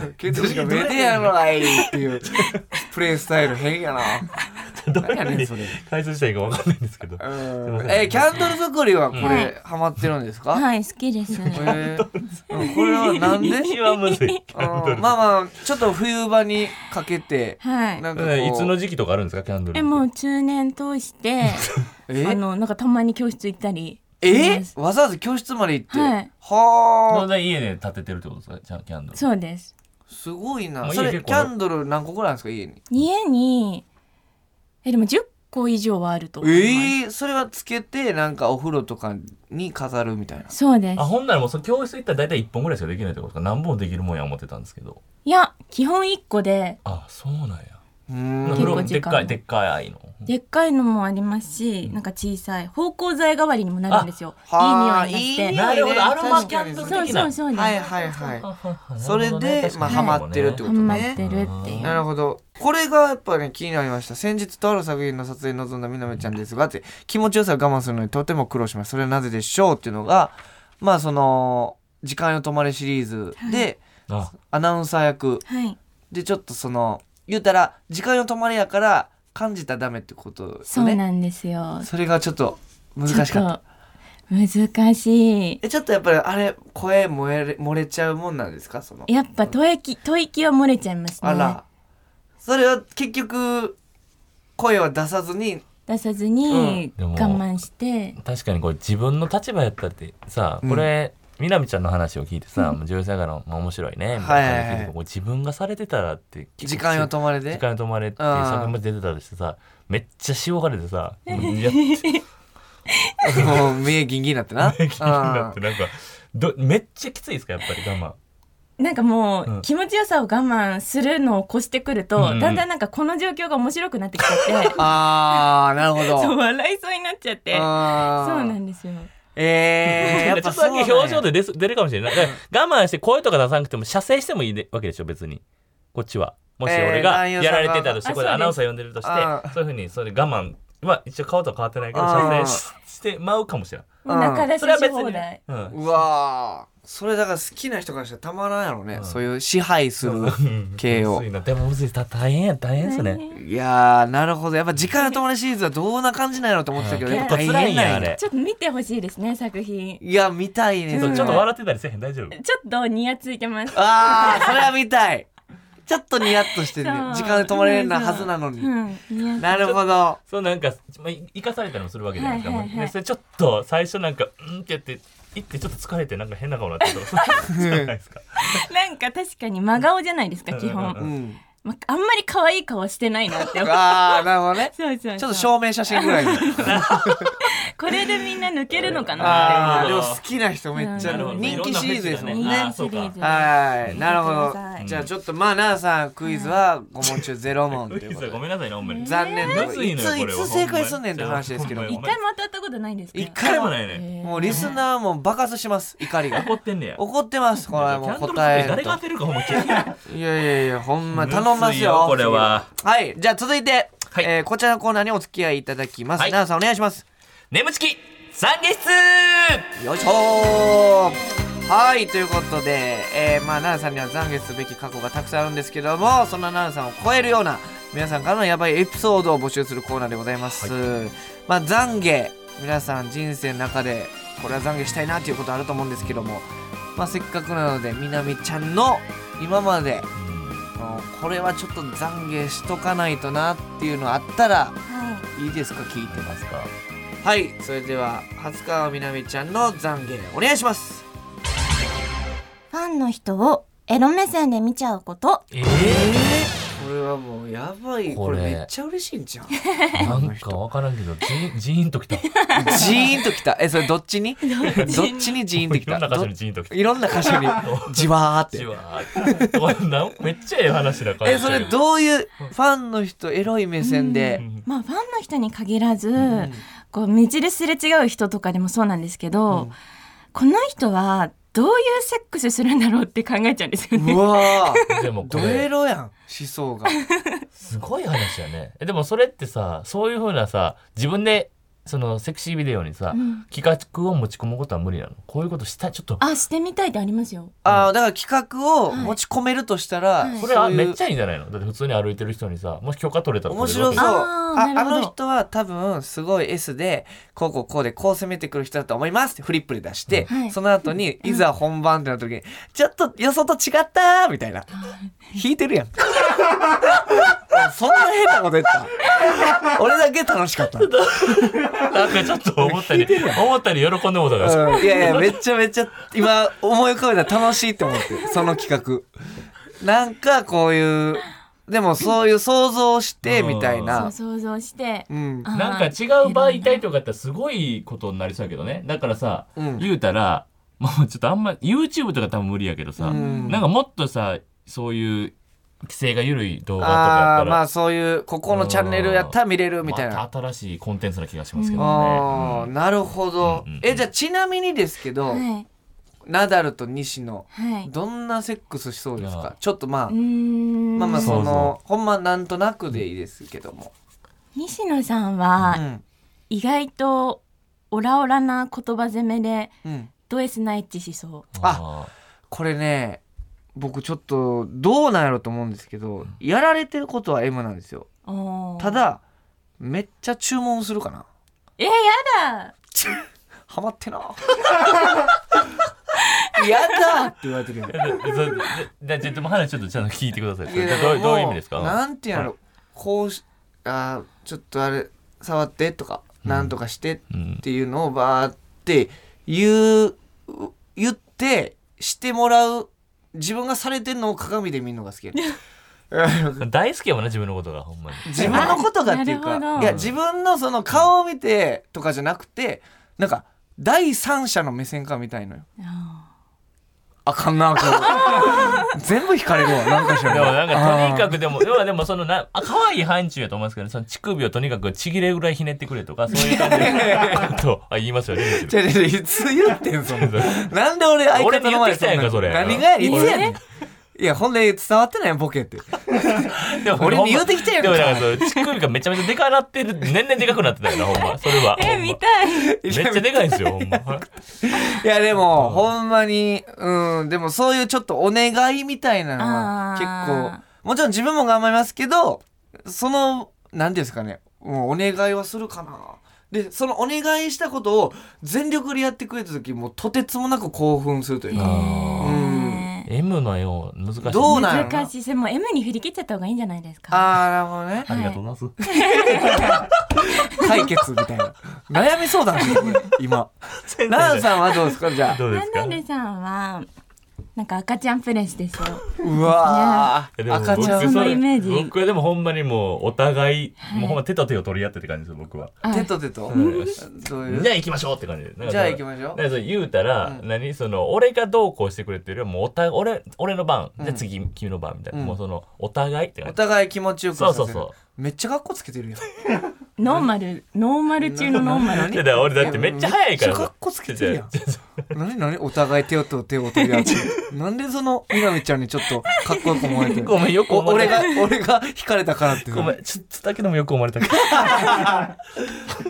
Speaker 2: んケツしか見えてやろがいって
Speaker 3: <laughs>
Speaker 2: いうプレイスタイル変やな
Speaker 3: どう
Speaker 2: 何や
Speaker 3: や
Speaker 2: ね
Speaker 3: っ
Speaker 2: ん
Speaker 3: て
Speaker 2: それ
Speaker 3: 解説したらいいかわかんないんですけど。
Speaker 2: うんえーキャンドル作りはこれハマってるんですか、
Speaker 4: はい好きです
Speaker 2: <laughs> えーうんこれは
Speaker 4: <laughs>
Speaker 2: なんで
Speaker 3: 一番むずい。
Speaker 2: うんまあまあちょっと冬場にかけて
Speaker 4: はい
Speaker 2: なんかこう
Speaker 3: えいつの時期とかあるんですかキャンドル。
Speaker 4: えもう中年通して
Speaker 2: <laughs> え
Speaker 4: あのなんかたまに教室行ったり
Speaker 2: えわざわざ教室まで行って
Speaker 4: はい
Speaker 2: はあ、
Speaker 3: だ家で立ててるってことですかじゃあキャンドル。
Speaker 4: そうです
Speaker 2: すごい
Speaker 3: もう
Speaker 2: な
Speaker 3: 家
Speaker 2: それキ
Speaker 3: 結構
Speaker 2: ャンドル何個ぐらいあるんですか家に
Speaker 4: 家にえでも10個以上はあると思います、
Speaker 2: えー、それはつけてなんかお風呂とかに飾るみたいな
Speaker 4: そうで
Speaker 3: あ
Speaker 4: す
Speaker 3: ほんならもうその教室行ったら大体一本ぐらいしかできないってことですか何本できるもんや思ってたんですけど。
Speaker 4: いや基本1個で
Speaker 3: あそうなんや。
Speaker 2: うーん
Speaker 3: 風呂
Speaker 4: 結構
Speaker 3: でっ
Speaker 4: 時間
Speaker 3: かいでっかいの。
Speaker 4: でっかいのもありますしなんか小さい芳香剤代わりにもなるんですよいい
Speaker 2: はあ
Speaker 4: 匂いがし
Speaker 2: い
Speaker 4: て
Speaker 2: い匂い
Speaker 3: なるほどアロマキャンドル
Speaker 4: そう
Speaker 3: 的
Speaker 4: そ
Speaker 3: な
Speaker 4: う。そうです、
Speaker 2: はいはいは
Speaker 3: はい
Speaker 2: それでまあハマってるってこ
Speaker 4: ハ
Speaker 2: とね
Speaker 4: マってるって
Speaker 2: い
Speaker 4: い
Speaker 2: な
Speaker 4: う
Speaker 2: るほどこれがやっぱね気になりました先日とある作品の撮影に臨んだみなめちゃんですがって気持ちよさを我慢するのにとても苦労しますそれはなぜでしょうっていうのがまあその「時間よ止まれ」シリーズで
Speaker 3: あ
Speaker 2: アナウンサー役
Speaker 4: はい
Speaker 2: でちょっとその言うたら「時間よ止まれ」やから感じたらダメってことです
Speaker 4: そ
Speaker 2: よ
Speaker 4: う
Speaker 2: ね
Speaker 4: なんですよ
Speaker 2: それがちょっと難しかった
Speaker 4: ちょっと難しい
Speaker 2: えちょっとやっぱりあれ声漏れ漏れちゃうもんなんですかその
Speaker 4: やっぱ吐息吐息は漏れちゃいますね
Speaker 2: あらそれは結局声は出さずに
Speaker 4: 出さずに
Speaker 3: うん
Speaker 4: 我
Speaker 3: でも
Speaker 4: 慢して、
Speaker 3: 確かにこう自分の立場やったってさこれ、みなみちゃんの話を聞いてさ、もう女優さんやから、まあ、面白いねみたいな話聞いて
Speaker 2: はいはいはい
Speaker 3: こう自分がされてたらって
Speaker 2: 時間よ
Speaker 3: ま
Speaker 2: 止まれで
Speaker 3: 時間を止まれっていう
Speaker 2: あー
Speaker 3: 作品も出てたりしてさめっちゃ塩がれてさもう <laughs> いや
Speaker 2: もう目ギンギンになってな
Speaker 3: だっ
Speaker 2: あ
Speaker 3: て <laughs> なんかどめっちゃきついですかやっぱり我
Speaker 4: なんかも
Speaker 3: うん
Speaker 4: う気持ちよさを我慢するのを越してくると、
Speaker 3: うんうん
Speaker 4: だんだんなんかこの状況が面白くなってきちゃって
Speaker 2: <laughs> あーなるほど
Speaker 4: そう笑いそうになっちゃってそう
Speaker 2: あー
Speaker 4: なんですよ
Speaker 2: えー、や
Speaker 3: 慢
Speaker 2: っ
Speaker 3: ちょ
Speaker 2: ぱ
Speaker 3: っとだけ表情
Speaker 2: で
Speaker 3: で出す出るかもしれないだから我慢して声とか出さなくても射精してもいいでわけでしょ別にこっちはもし
Speaker 2: えー
Speaker 3: 俺が
Speaker 2: 男優
Speaker 3: や
Speaker 2: さんが
Speaker 3: られてたとして
Speaker 4: あ
Speaker 3: これ
Speaker 4: そうです
Speaker 3: アナウンサー呼んでるとして
Speaker 2: あー
Speaker 3: そういうふうにそれ我慢まあ一応顔とは変わってないけど
Speaker 2: あ
Speaker 3: 射
Speaker 2: ー
Speaker 3: 精ししてまうかもしれん
Speaker 4: もう中出し
Speaker 3: それは
Speaker 4: し
Speaker 3: 別に
Speaker 4: 放題
Speaker 3: うん
Speaker 2: うわーそれだから好きな人からしたらたまらんやろね、
Speaker 3: うん
Speaker 2: そういう支配
Speaker 3: <laughs>
Speaker 2: する系を
Speaker 3: むずいなでもむずいた大変や大変ですね
Speaker 2: いやーなるほどやっぱ時間の友達シリーズはどんな感じなんやろと思ってたけど
Speaker 3: うん
Speaker 2: やっぱ大変なん
Speaker 3: 結構辛いんやあれ
Speaker 4: ちょっと見てほしいですね作品
Speaker 2: いや見たいね
Speaker 3: ちょっとちょっと
Speaker 2: あ
Speaker 3: 笑ってたりせえへん大丈夫
Speaker 4: ちょっとニヤついてます
Speaker 2: あーそれは見たいちょっとニヤッとしてね
Speaker 4: そう
Speaker 2: 時間で止まれるなはずなのに、
Speaker 4: うんニヤ
Speaker 2: なるほど
Speaker 3: そうなんか、まあ、い生かされたりもするわけじゃないですか、
Speaker 4: はいはいはい
Speaker 3: もうねそれちょっと最初なんか「うん」ってやって行ってちょっと疲れてなんか変な顔になってるじゃないですか
Speaker 4: なんか確かに真顔じゃないですか基
Speaker 3: うんうん
Speaker 2: う
Speaker 4: 本
Speaker 2: ん
Speaker 4: まあんまり可愛い顔してないなって思う
Speaker 2: ああなるほどね
Speaker 4: <laughs> そうそう
Speaker 2: ちょっと
Speaker 4: そう
Speaker 2: 証明写真ぐ
Speaker 3: <laughs>
Speaker 2: らいの
Speaker 4: これでみんな抜けるのかな
Speaker 2: あ
Speaker 3: な
Speaker 2: あ
Speaker 3: る
Speaker 2: で
Speaker 3: ほ
Speaker 2: も
Speaker 3: ど
Speaker 2: 好きな人めっちゃ
Speaker 4: なるほどね
Speaker 2: 人気シリーズですもん
Speaker 3: いろんなフェスが
Speaker 2: ね
Speaker 3: ねあーそうか
Speaker 2: はいなるほ
Speaker 1: 見てくださ
Speaker 2: ど
Speaker 1: い
Speaker 2: じゃあちょっとまあ奈々さんクイズは5問中0問と
Speaker 3: ウ
Speaker 2: い
Speaker 3: イ
Speaker 2: うこ
Speaker 3: ズは
Speaker 2: と
Speaker 3: ご
Speaker 2: で
Speaker 3: めんなさいねほんまに
Speaker 2: 残念な
Speaker 3: む
Speaker 2: が
Speaker 3: ず
Speaker 2: ら
Speaker 3: い
Speaker 2: い
Speaker 3: の
Speaker 2: つ
Speaker 3: よこ
Speaker 2: い
Speaker 3: れは
Speaker 2: つ正解すんねんって話ですけど
Speaker 3: ほんまに
Speaker 4: 一回も当たったことないんですか
Speaker 2: 一回も
Speaker 3: ないね
Speaker 4: えー
Speaker 2: もうリスナーも爆発してます怒りが
Speaker 3: 怒ってんねや
Speaker 2: 怒ってますこれ
Speaker 3: キ
Speaker 2: も
Speaker 3: ャ
Speaker 2: う
Speaker 3: ンドル
Speaker 2: 答え
Speaker 3: 誰が当てるかほんま聞いて
Speaker 2: <laughs>
Speaker 3: ない
Speaker 2: いやいやいやほんま頼みま
Speaker 3: む
Speaker 2: す
Speaker 3: ずいよ
Speaker 2: よ
Speaker 3: これは
Speaker 2: はいじゃあ続いて
Speaker 3: はい
Speaker 2: えーこちらのコーナーにお付き合いいただきます
Speaker 3: はい
Speaker 2: 奈々さんお願いします
Speaker 3: 眠ちき懺悔室
Speaker 2: よいしょーはいということで、えーまあ、奈々さんには懺悔すべき過去がたくさんあるんですけどもそんな奈々さんを超えるような皆さんからのやばいエピソードを募集するコーナーでございます、まあ懺悔皆さん人生の中でこれは懺悔したいなということあると思うんですけども、まあ、せっかくなのでみなみちゃんの今まであのこれはちょっと懺悔しとかないとなっていうのあったら
Speaker 1: はい
Speaker 2: いいですか聞いて
Speaker 3: 出ますか
Speaker 2: はいそれでは初川みなみちゃんの懺悔お願いします
Speaker 1: ファンの人をエロ目線で見ちゃうこと
Speaker 3: え
Speaker 2: これはもうやばいこ
Speaker 3: こ
Speaker 2: れ
Speaker 3: れ
Speaker 2: めっちゃ嬉しいんじゃん
Speaker 3: ー、なんかわからんけどジーンジーンときた
Speaker 2: ジーンときたえそれどっちにどっちにジーンとき
Speaker 3: いろ
Speaker 2: た
Speaker 3: んな箇所
Speaker 2: ど
Speaker 3: にジーンときた
Speaker 2: いろんな箇所にじわーっ
Speaker 3: じ
Speaker 2: て
Speaker 3: わーこんなめっちゃええ話だから
Speaker 2: えそれどういうファンの人エロい目線で、
Speaker 4: まあファンの人に限らず、
Speaker 2: ん
Speaker 4: こう道ですれ違う人とかでもそうなんですけど、この人はどういうセックスするんだろうって考えちゃうんですよ
Speaker 2: う
Speaker 4: ね。
Speaker 2: わー
Speaker 3: でもこ
Speaker 2: ドエ
Speaker 3: れ
Speaker 2: ロやん思想が
Speaker 3: すごい話やねえでもそれってさそういうふうなさ自分でそのセクシービデオにさ、
Speaker 4: うん
Speaker 3: 企画を持ち込むことは無理なのこういうことしたいちょっと
Speaker 4: あしてみたいってありますよ。
Speaker 2: あーだから企画を持ち込めるとしたら、
Speaker 4: はい
Speaker 3: これは
Speaker 2: そういう
Speaker 3: めっちゃいいんじゃないのだって普通に歩いてる人にさもし許可取れたら
Speaker 2: 面
Speaker 3: 取れる
Speaker 2: 白そうあ
Speaker 4: あー
Speaker 2: あ
Speaker 4: なるほど
Speaker 2: の人は多分すごい S でこうこうこうでこう攻めてくる人だと思いますってフリップで出して、
Speaker 4: はい
Speaker 2: その後にいざ本番ってなった時に、ちょっと予想と違ったーみたいな弾いてるやん <laughs> そんな変なこと言った俺だけ楽しかった、う
Speaker 3: なんかちょっと思ったり思ったり喜んでもうたから、
Speaker 2: んいやいやめっちゃめっちゃ今思い浮かべたら楽しいって思ってるその企画なんかこういうでもそういう想像してみたい
Speaker 4: そ
Speaker 2: な
Speaker 4: う想像して、
Speaker 2: うん
Speaker 4: あー
Speaker 3: なんか違う媒体とかやったらすごいことになりそうやけどねだからさ、
Speaker 2: うん
Speaker 3: 言うたらもうちょっとあんま YouTube とか多分無理やけどさ、
Speaker 2: うん
Speaker 3: なんかもっとさそういう規制が緩い動画とかや
Speaker 2: あ
Speaker 3: った
Speaker 2: あ
Speaker 3: ら
Speaker 2: まあそういうここのチャンネルやったら見れるみたいな、
Speaker 3: また新しいコンテンツな気がしますけどね。
Speaker 2: ああ
Speaker 3: うん
Speaker 2: なるほど、
Speaker 3: うんうん
Speaker 2: えじゃあちなみにですけど、
Speaker 4: はい
Speaker 2: ナダルと西野
Speaker 4: はい。
Speaker 2: どんなセックスしそうです
Speaker 3: い
Speaker 2: か
Speaker 3: や
Speaker 2: ちょっとまあ、
Speaker 4: うーん
Speaker 2: まあまあ
Speaker 3: そう
Speaker 2: そのほんまなんとなくでいいですけども、
Speaker 4: 西野さ
Speaker 2: う
Speaker 4: んは
Speaker 2: ん
Speaker 4: 意外とオラオラな言葉攻めで
Speaker 2: うん、
Speaker 4: ド S ナイチしそう。
Speaker 2: あこれね僕ちょっとどうなんやろと思うんですけどやられてることは M なんですよ
Speaker 4: おー
Speaker 2: ただめっちゃ注文するか
Speaker 3: <laughs>
Speaker 2: な
Speaker 4: えー、やだ
Speaker 2: ハマってな <laughs> やだって言われてるやん
Speaker 3: えででででじゃあでも話ちょっとちゃんと聞いてください。そ
Speaker 2: いや
Speaker 3: れ
Speaker 2: で
Speaker 3: で
Speaker 2: も
Speaker 3: どうどういう意
Speaker 2: も
Speaker 3: 味ですか？
Speaker 2: なんていうんやろ、こうしあーちょっとあれ触ってとか、なんとかしてっていうのをバーって言う言ってしてもらう自分がされてるのを鏡で見るのが好きや
Speaker 4: <laughs>
Speaker 2: ねん <laughs>
Speaker 3: 大好きやもんな自分のことがほんまに。
Speaker 2: 自分のことがっていう
Speaker 4: <laughs> あなるほ
Speaker 2: か
Speaker 4: ど
Speaker 2: いや自分のその顔を見てとかじゃなくてなんか第三者の目線から見たいのよ
Speaker 4: あ
Speaker 2: あかんなこれ
Speaker 4: <laughs>
Speaker 2: 全部引かれるわなんかし
Speaker 3: で
Speaker 2: ら
Speaker 3: もなんかとにか
Speaker 2: く
Speaker 3: くでも要はでもそのなあ可愛い範疇やと思うんですけど、ね、その乳首をとにかくちぎれるぐらいひねってくれとかそうい
Speaker 2: <laughs>
Speaker 3: う感じでとあ言いますよね。
Speaker 2: 違う <laughs> 違う違ういつ言ってんそんななんで俺相
Speaker 3: 俺
Speaker 2: 方
Speaker 3: に
Speaker 2: の
Speaker 3: 言って
Speaker 2: 前
Speaker 3: きたやん
Speaker 2: そ
Speaker 3: かそ
Speaker 2: んな
Speaker 3: れ。
Speaker 2: 何がやねんいつやねんいや、ほんで伝わってないやんボケって。
Speaker 3: でも
Speaker 2: 俺に言うてきてやん
Speaker 3: で
Speaker 2: か
Speaker 3: もなんかそう乳首がめちゃめちゃでかなってる年々でかくなってたよなほんまそれ
Speaker 2: <laughs>
Speaker 3: は
Speaker 4: え
Speaker 3: ほんま
Speaker 4: 見たい
Speaker 2: い
Speaker 3: めっ
Speaker 2: や
Speaker 3: ちゃでかいんですよほんま
Speaker 2: いやでも、ほんまに、うん、でもそういうちょっとお願いみたいなの
Speaker 4: あ
Speaker 2: は
Speaker 4: ー
Speaker 2: 結構、もちろん自分も頑張りますけど、その、なんていうんですかね、もうお願いはするかな。で、そのお願いしたことを全力でやってくれた時、もうとてつもなく興奮するというか。
Speaker 3: あ
Speaker 2: ん
Speaker 4: ね
Speaker 3: M のよう難しい
Speaker 2: どうなんやろな
Speaker 4: 難しいそれもう M に振り切っちゃった方がいいんじゃないですか
Speaker 2: あー、なるほどね。
Speaker 3: ありがとうございます
Speaker 2: 解決みたいな。悩み相談ですよ、これ、今。ランさんはどうですかじゃあ。
Speaker 3: どうです
Speaker 4: ナ
Speaker 3: か
Speaker 4: ンナルさんはなんか赤ちゃんプレスですよ
Speaker 2: うわー、
Speaker 3: いやでも
Speaker 2: 赤ちゃ
Speaker 3: 僕
Speaker 2: ん
Speaker 4: そのイメージ
Speaker 3: 僕はでもほんまにもうお互い、もうほんま手と手を取り合ってって感じですよ僕は。
Speaker 4: あ
Speaker 2: 手と手と。どういう
Speaker 3: じゃあ行きましょうって感じでなんか
Speaker 2: じゃあ行きましょう
Speaker 3: だからそれ言うたら、
Speaker 2: うん
Speaker 3: 何その俺がどうこうしてくれっていうよりはもうおた俺俺の番、じゃあ次君の番みたいな、
Speaker 2: うん
Speaker 3: もうそのお互いって
Speaker 2: お
Speaker 3: 感じ
Speaker 2: 互い気持ちよくさせる
Speaker 3: そうそうそ
Speaker 2: めっちゃ格好つけてるよ
Speaker 4: ノーマルノーマル中のノーマル
Speaker 3: いやだから俺だってめっちゃ早いか
Speaker 2: めっ
Speaker 3: ら
Speaker 2: ちゃ格好つけてるやん
Speaker 3: じゃあじゃ
Speaker 2: 何何お互い手をと手を取り合って
Speaker 3: <laughs>
Speaker 2: なんでその南ちゃんにちょっとかっこよく思われてる
Speaker 3: ごめんよく
Speaker 2: お
Speaker 3: 思わ
Speaker 2: 俺
Speaker 3: れた
Speaker 2: が俺が惹かれたからって
Speaker 3: あごめんちょっとだけでもよく思われたけ
Speaker 2: <laughs>
Speaker 3: ど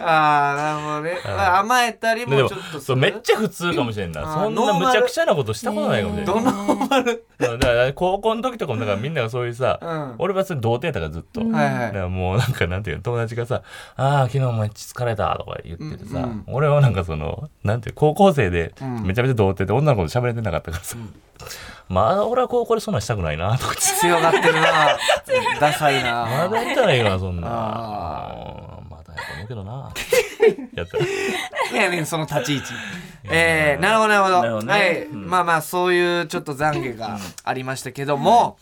Speaker 2: ああなるほどね、まあ、甘えたりも
Speaker 3: でも
Speaker 2: ちょっと
Speaker 3: そうめっちゃ普通かもしれんな
Speaker 2: あー
Speaker 3: そんなむちゃくちゃなことしたことないかもしれん
Speaker 2: ど
Speaker 3: な
Speaker 2: のまる
Speaker 3: いだから高校の時とかもだからみんながそういうさ、
Speaker 2: うん
Speaker 3: 俺はそれ童貞だからずっと、
Speaker 2: はい
Speaker 3: だか
Speaker 2: はい
Speaker 3: らもうなんかなんていうの友達がさ「ああ昨日お前疲れた」とか言ってて
Speaker 2: う
Speaker 3: さ、
Speaker 2: んうん
Speaker 3: 俺はなんかそのなんていう高校生で
Speaker 2: うん
Speaker 3: めちゃめちゃ童貞で女の子と喋れてなかったからさ、まあ俺は高校でそんなんしたくないなと
Speaker 2: <laughs>
Speaker 3: か言って
Speaker 2: 強がってるなダサい
Speaker 3: ま
Speaker 2: な
Speaker 3: だやったらいいわそんな
Speaker 2: あ
Speaker 3: うんまだやと思うけ
Speaker 2: <laughs>
Speaker 3: どなやった
Speaker 2: い <laughs> やねその立ち位置えー、なるほどなるほど
Speaker 3: なるほどね
Speaker 2: はい、
Speaker 3: うん
Speaker 2: まあまあそういうちょっと懺悔がありましたけども、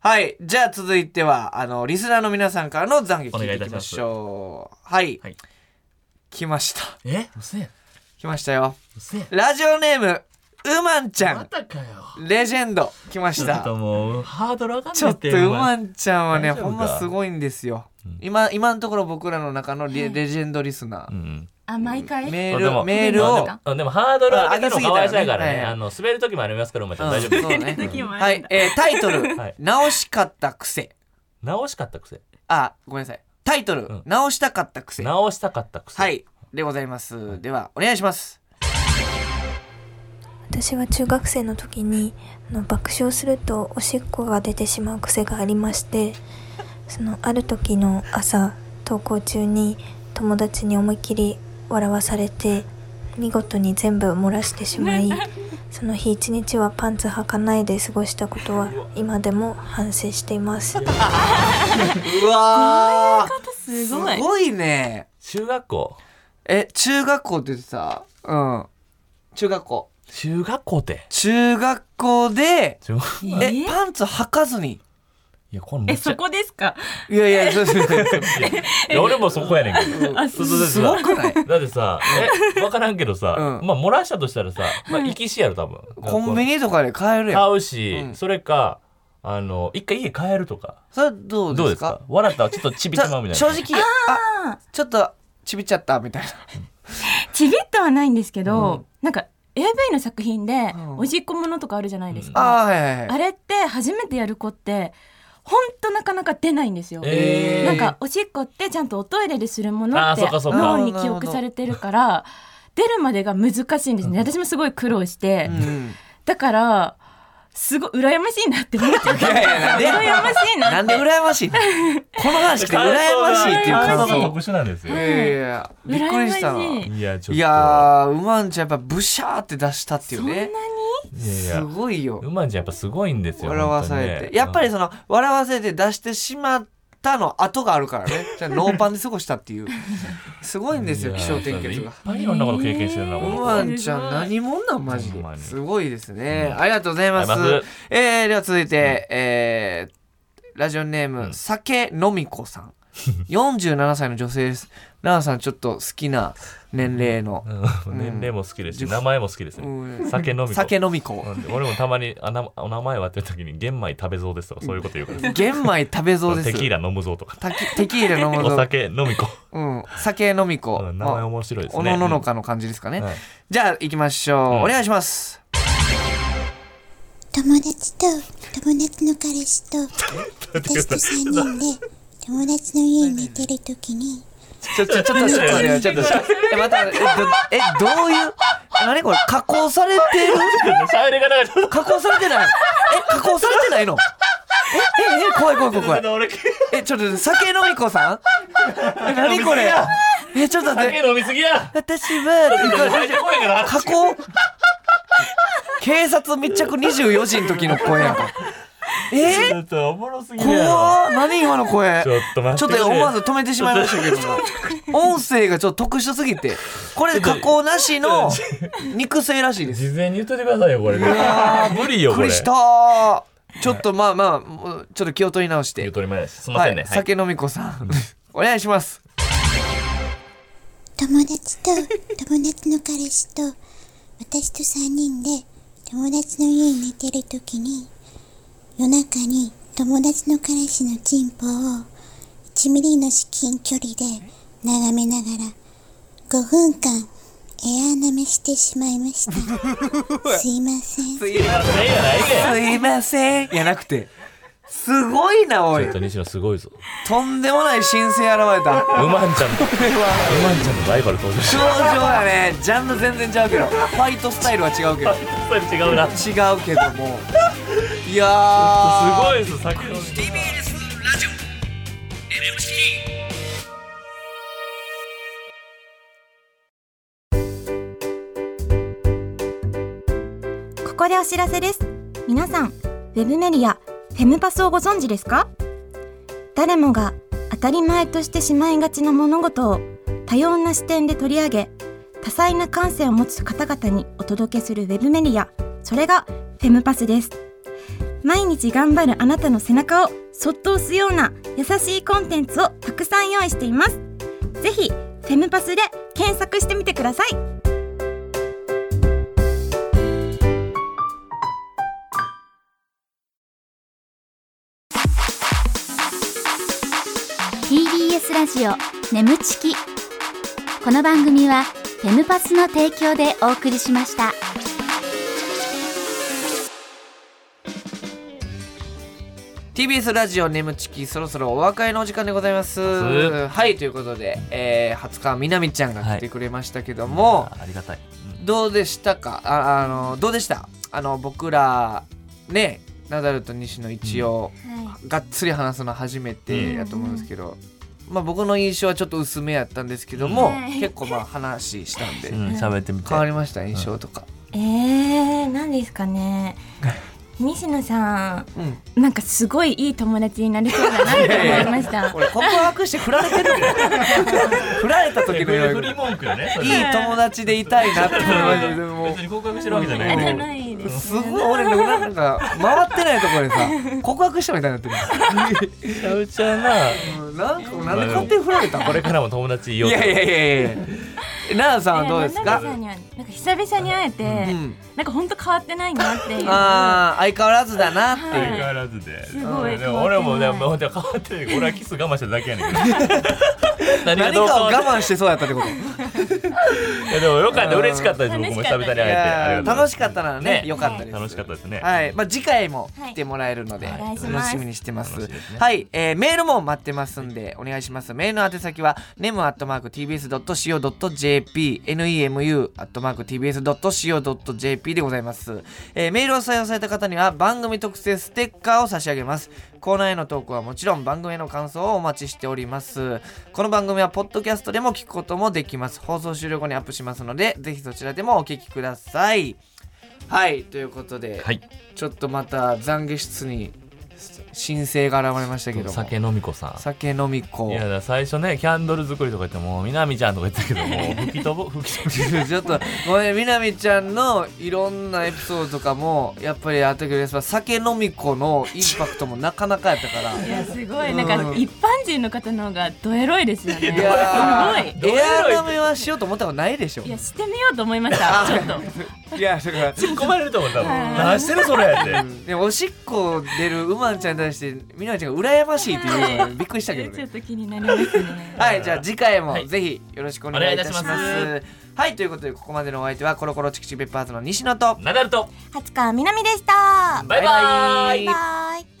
Speaker 2: はいじゃあ続いてはあのリスナーの皆さんからの懺悔聞いていきましょうはい、
Speaker 3: はい
Speaker 2: 来ました
Speaker 3: えうせえ
Speaker 2: 来ましたよ
Speaker 3: うせえ
Speaker 2: ラジオネームうまんちゃん
Speaker 3: たかよ
Speaker 2: レジェンド来まし
Speaker 3: ちょったともうハードル上がん
Speaker 2: ちょ
Speaker 3: ねん
Speaker 2: っとうま
Speaker 3: い
Speaker 2: んちゃんはね
Speaker 3: 大丈夫
Speaker 2: ほ
Speaker 3: か
Speaker 2: んますごいんですよ、今今のところ僕らの中のレレジェンドリスナー、
Speaker 3: うん
Speaker 4: あ毎回
Speaker 2: メー
Speaker 3: あで
Speaker 2: ル
Speaker 3: も
Speaker 2: メール
Speaker 4: そ
Speaker 2: を
Speaker 4: うか
Speaker 3: あでもハードル上げたのかわいそうや
Speaker 2: 上げすぎた
Speaker 3: から
Speaker 2: らね
Speaker 3: ね
Speaker 2: はい
Speaker 3: あの滑る時もありますからお前ちゃん大丈
Speaker 2: うん
Speaker 3: 夫
Speaker 2: そうね
Speaker 4: 時もあ
Speaker 2: は
Speaker 4: るん
Speaker 2: い
Speaker 4: だ、
Speaker 2: えータイトル、
Speaker 3: <laughs> はい
Speaker 2: 直しかった癖
Speaker 3: 直しかったくせ
Speaker 2: あごめんなさいタイトル、
Speaker 3: ん
Speaker 2: 直したかった癖は
Speaker 3: 直したかったくせ
Speaker 2: いでございますではお願いします
Speaker 5: 私は中学生の時にあの爆笑するとおしっこが出てしまう癖がありましてそのある時の朝登校中に友達に思いっきり笑わされて見事に全部漏らしてしまいその日一日はパンツ履かないで過ごしたことは今でも反省しています。
Speaker 2: うわー
Speaker 4: すごい
Speaker 2: すごいね
Speaker 3: 中学校
Speaker 2: え中学校ってさうん中学校
Speaker 3: 中学校って
Speaker 2: 中学校で
Speaker 3: 中学
Speaker 4: え
Speaker 2: えパンツ履かずに
Speaker 3: いやこれめ
Speaker 4: え
Speaker 3: っちゃ
Speaker 4: そこですか
Speaker 2: いやいやそうそう
Speaker 3: <laughs>
Speaker 2: そう
Speaker 3: いや俺もそこやねんけど
Speaker 4: あ
Speaker 3: そうそう
Speaker 2: すごくない
Speaker 3: だってさえ分からんけどさ、
Speaker 2: うん
Speaker 3: まあ漏らしたとしたらさまあ行きしやろ多分
Speaker 2: コンビニとかで買えるやん
Speaker 3: 買うし、
Speaker 2: うん
Speaker 3: それかあの一回家帰るとか
Speaker 2: それはどう
Speaker 3: どう
Speaker 2: で
Speaker 3: ですすか
Speaker 2: か
Speaker 3: 笑ったらちょっとちびちまうみたい
Speaker 2: 正
Speaker 3: な
Speaker 2: 直あちょっとちびっちゃったみたいな
Speaker 4: ちびっとはないんですけど、
Speaker 2: うん
Speaker 4: なんか AV の作品で
Speaker 2: うん
Speaker 4: おしっこものとかあるじゃないです
Speaker 2: あ
Speaker 4: か、
Speaker 2: ーはいはいはい
Speaker 4: あれって初めてやる子ってほんとなかなか出ないんですよ、
Speaker 3: えー
Speaker 4: なんかおしっこってちゃんとおトイレでするもの
Speaker 3: あー
Speaker 4: って
Speaker 3: そっかそっか
Speaker 4: 脳に記憶されてるから出るまでが難しいんですね私もすごい苦労して、
Speaker 2: うん
Speaker 4: だからすごい羨ましいなって思って
Speaker 2: いやいやなんでや
Speaker 4: 羨ましいな
Speaker 2: なんで羨ましいのこの話来て羨ましいっていう
Speaker 3: 感
Speaker 2: 感
Speaker 3: 想が
Speaker 2: 想
Speaker 3: 特殊なんです
Speaker 2: い
Speaker 3: よ、
Speaker 2: やいやいやびっくりしたない
Speaker 4: 羨まし
Speaker 3: いやちょっと
Speaker 2: いやーうまんちゃんやっぱブシャーって出したっていうね
Speaker 3: いやいや
Speaker 2: すごいよ
Speaker 3: うまんちゃんやっぱすごいんですよ
Speaker 2: 笑わさ
Speaker 3: 本
Speaker 2: れ
Speaker 3: 当
Speaker 2: て、
Speaker 3: にね
Speaker 2: やっぱりその笑わせて出してしまったの後があるからねじゃあノーパンで過ごしたっていうすごいんですよ
Speaker 3: いや
Speaker 2: 気象転結
Speaker 3: いっ
Speaker 2: が。
Speaker 3: ぱいいろんなこと経験してるな、
Speaker 4: え
Speaker 3: こ
Speaker 4: ー
Speaker 3: の
Speaker 2: う
Speaker 3: 子
Speaker 2: まんちゃん何者なんマジ
Speaker 3: ほん
Speaker 2: で
Speaker 3: まに
Speaker 2: すごいですね、ありがとうございます
Speaker 3: ありがとうございま
Speaker 2: えー、では続いて、えー、ラジオネーム、
Speaker 3: ん
Speaker 2: 酒のみこ
Speaker 3: <laughs>
Speaker 2: さん47歳の女性です奈々さんちょっと好きな年齢の、
Speaker 3: うん年齢も好きですし、
Speaker 2: うん
Speaker 3: 名前も好きですね、
Speaker 2: うん
Speaker 3: 酒飲み子
Speaker 2: 酒飲み子
Speaker 3: うん俺もたまにあなお名前を当てるときに玄米食べそうですとかそういうこと言うからです
Speaker 2: 玄米食べそうです
Speaker 3: テキーラ飲むぞとか
Speaker 2: たきテキーラ飲む
Speaker 3: お
Speaker 2: ぞ、
Speaker 3: 酒飲み子
Speaker 2: うん、酒飲み子、
Speaker 3: うん名前
Speaker 2: まあ
Speaker 3: 面白いですね
Speaker 2: おのののかの感じですかね、
Speaker 3: はい
Speaker 2: じゃあ行きましょう、
Speaker 3: ん
Speaker 2: お願いします
Speaker 6: 友達と友達の彼氏と私と3人で友達の家に寝てるときに
Speaker 2: ちょ、ちょ、ちょっと待ってよ、ちょっと待ってよ。え、また、え、ど、え、どういう、何これ、加工されてる
Speaker 3: 喋り方がちょっ
Speaker 2: 加工されてないえ、加工されてないのえ、え、え、怖い怖い怖い怖い。
Speaker 3: と俺
Speaker 2: え、ちょっと待って、酒飲み子さんえ、何これえ、ちょっと待って、
Speaker 3: 酒飲みすぎや
Speaker 2: 私は、
Speaker 3: 声で声がな
Speaker 2: 加工警察密着24時の時の声やんか。
Speaker 3: ち
Speaker 2: え
Speaker 3: ょっとおもろすぎるやろ
Speaker 2: 怖っ何今の声
Speaker 3: ちょっと待
Speaker 2: ちょ
Speaker 3: っ
Speaker 2: って
Speaker 3: くれ
Speaker 2: と思わず止めてしまいましたけども音声がちょっと特殊すぎてこれ加工なしの肉声らしいです
Speaker 3: 事前に言っといてくださいよこれ
Speaker 2: や
Speaker 3: 無理
Speaker 2: び
Speaker 3: よ
Speaker 2: っ
Speaker 3: こ
Speaker 2: く
Speaker 3: れ
Speaker 2: りしたちょっとまあまあもうちょっと気を取り直し
Speaker 3: 言う
Speaker 2: て
Speaker 3: とり前ですすいま
Speaker 2: は
Speaker 3: せんね
Speaker 2: い
Speaker 3: はい
Speaker 2: 酒飲み子さんお願いします
Speaker 6: 友達と友達の彼氏と私と3人で友達の家に寝てるときに夜中に友達の彼氏のチンポを1ミリの至近距離で眺めながら5分間エア舐めしてしまいましたすいません
Speaker 2: すいませ
Speaker 3: いやないで
Speaker 2: んすいませんいやなくてすごいなお
Speaker 3: ち
Speaker 2: い
Speaker 3: ょっと西野すごいぞ
Speaker 2: とんでもない新星現れた
Speaker 3: うまんちゃんとうまんちゃんのライバル登場し
Speaker 2: 症
Speaker 3: た
Speaker 2: 状やねジャンル全然違うけどファイトスタイルは違うけど
Speaker 3: 違うな
Speaker 2: 違うけどもいやー
Speaker 3: すごいです酒飲み
Speaker 2: TBS ラジオ NMC
Speaker 1: ここでお知らせです皆さんウェブメディアフェムパスをご存知ですか誰もが当たり前としてしまいがちな物事を多様な視点で取り上げ多彩な感性を持つ方々にお届けするウェブメディアそれがフェムパスです毎日頑張るあなたの背中をそっと押すような優しいコンテンツをたくさん用意していますぜひフェムパスで検索してみてください
Speaker 7: ラジオ眠ちきこの番組はテムパスの提供でお送りしました
Speaker 2: ラジオ眠ちきそろそろお別れのお時間でございます
Speaker 3: す
Speaker 2: はいということで、えー、20日みなみちゃんが来てくれましたけども、
Speaker 3: ありがたい
Speaker 2: どうでしたかああのどうでしたあの僕らねナダルと西野一応、がっつり話すの初めてやと思うんですけど、まあ、僕の印象はちょっと薄めやったんですけども、 <laughs> 結構まあ話したんで、
Speaker 3: うん喋ってみて
Speaker 2: 変わりました印象とか、
Speaker 1: えー、何ですかね。西野さん、
Speaker 2: うん、
Speaker 4: なんかすごいいい友達になりそうだなって思いました。
Speaker 2: これ告白して振られてる <laughs> けど振られた時のよ
Speaker 3: フ
Speaker 2: うに
Speaker 3: リ文句よねそれ
Speaker 2: いい友達でいたいなって思いましたでも
Speaker 3: 別に告白してるわけじゃないんだけど
Speaker 4: いです
Speaker 2: ごい俺なんか回ってないところでさ告白したみたいになってる
Speaker 3: ちゃうちゃうな
Speaker 2: うんなんかなんで勝手に振られた
Speaker 3: これからも友達い
Speaker 2: い
Speaker 3: ようと
Speaker 2: やいやいやいや奈々さんはどうです
Speaker 4: ナ
Speaker 2: か
Speaker 4: ナさんにはなんか久々に会え
Speaker 2: う
Speaker 4: て、
Speaker 2: ん
Speaker 4: なんか本当変わってないなっていう。
Speaker 2: あー相変わらずだなって
Speaker 3: 相
Speaker 2: いう
Speaker 3: 変わらずで。す
Speaker 4: ごい
Speaker 3: でも俺もね、
Speaker 4: 変わってない
Speaker 3: もう変わってない。俺はキス我慢しただけやねんけど。
Speaker 2: <laughs> 何
Speaker 3: 何が
Speaker 2: か
Speaker 3: ど
Speaker 2: を
Speaker 3: うか
Speaker 2: 我
Speaker 3: は
Speaker 2: 慢してそうやったってこと
Speaker 3: いやでもよかった、嬉しかったです。僕も久々に会えて
Speaker 2: いや
Speaker 3: ありがとう
Speaker 2: ー楽
Speaker 3: ございます。
Speaker 2: しかったならね良かったです
Speaker 3: 楽しかったですね。
Speaker 2: はい、まあ、次回も来てもらえるので、
Speaker 3: はいお願いし
Speaker 1: ます
Speaker 2: 楽しみにしてます。
Speaker 3: 楽しいですね
Speaker 2: はい、えーメールも待ってますんで、お願いします。メールの宛先は、n e m アットマーク tbs ドット co ドット jp、nemu アットマーク tbs ドット co ドット jp でございます。えーメールを採用された方には、番組特製ステッカーを差し上げます。コーナーへの投稿はもちろん、番組への感想をお待ちしております。この番組は、ポッドキャストでも聞くこともできます。放送終了後にアップしますので、ぜひそちらでもお聞きください。はい、ということで、
Speaker 3: はい。
Speaker 2: ちょっとまた懺悔室に申請が現れましたけども
Speaker 3: 酒飲み子さん。
Speaker 2: 酒飲み子
Speaker 3: いやだから最初ねキャンドル作りとか言ってもみなみちゃんとか言ってたけどもう吹き飛ぶ吹き飛
Speaker 2: <laughs> <laughs>
Speaker 3: ぶ
Speaker 2: ちょっとごめんみなみちゃんのいろんなエピソードとかもやっぱりあったけどやっぱ酒飲み子のインパクトもなかなかやったから
Speaker 4: <laughs> いやすごいなんか一般人の方の方がドエロいですよね。すごい。
Speaker 2: いやー
Speaker 3: どういう
Speaker 2: エアー舐めはしようと思ったことないでしょ
Speaker 4: いやしてみようと思いました。ちょっと。
Speaker 2: いやだから
Speaker 3: 突っ込まれると思ったもん何してるそ
Speaker 2: <laughs>
Speaker 3: れって
Speaker 2: でもおしっこ出るうまんちゃんに対してみなみちゃんが羨ましいっていうのがびっくりしたけど
Speaker 4: ちょ
Speaker 2: ね
Speaker 4: っと気になりますね。
Speaker 2: はい、じゃあ次回も
Speaker 3: はい
Speaker 2: ぜひよろしくお願いいたします。
Speaker 3: お願いいたし
Speaker 2: は
Speaker 3: ま
Speaker 2: い、はいということでここまでのお相手はコロコロチキチキペッパーズの西野と
Speaker 3: ナダルと
Speaker 1: 初川みなみでした
Speaker 3: バイバイ
Speaker 1: バイバイ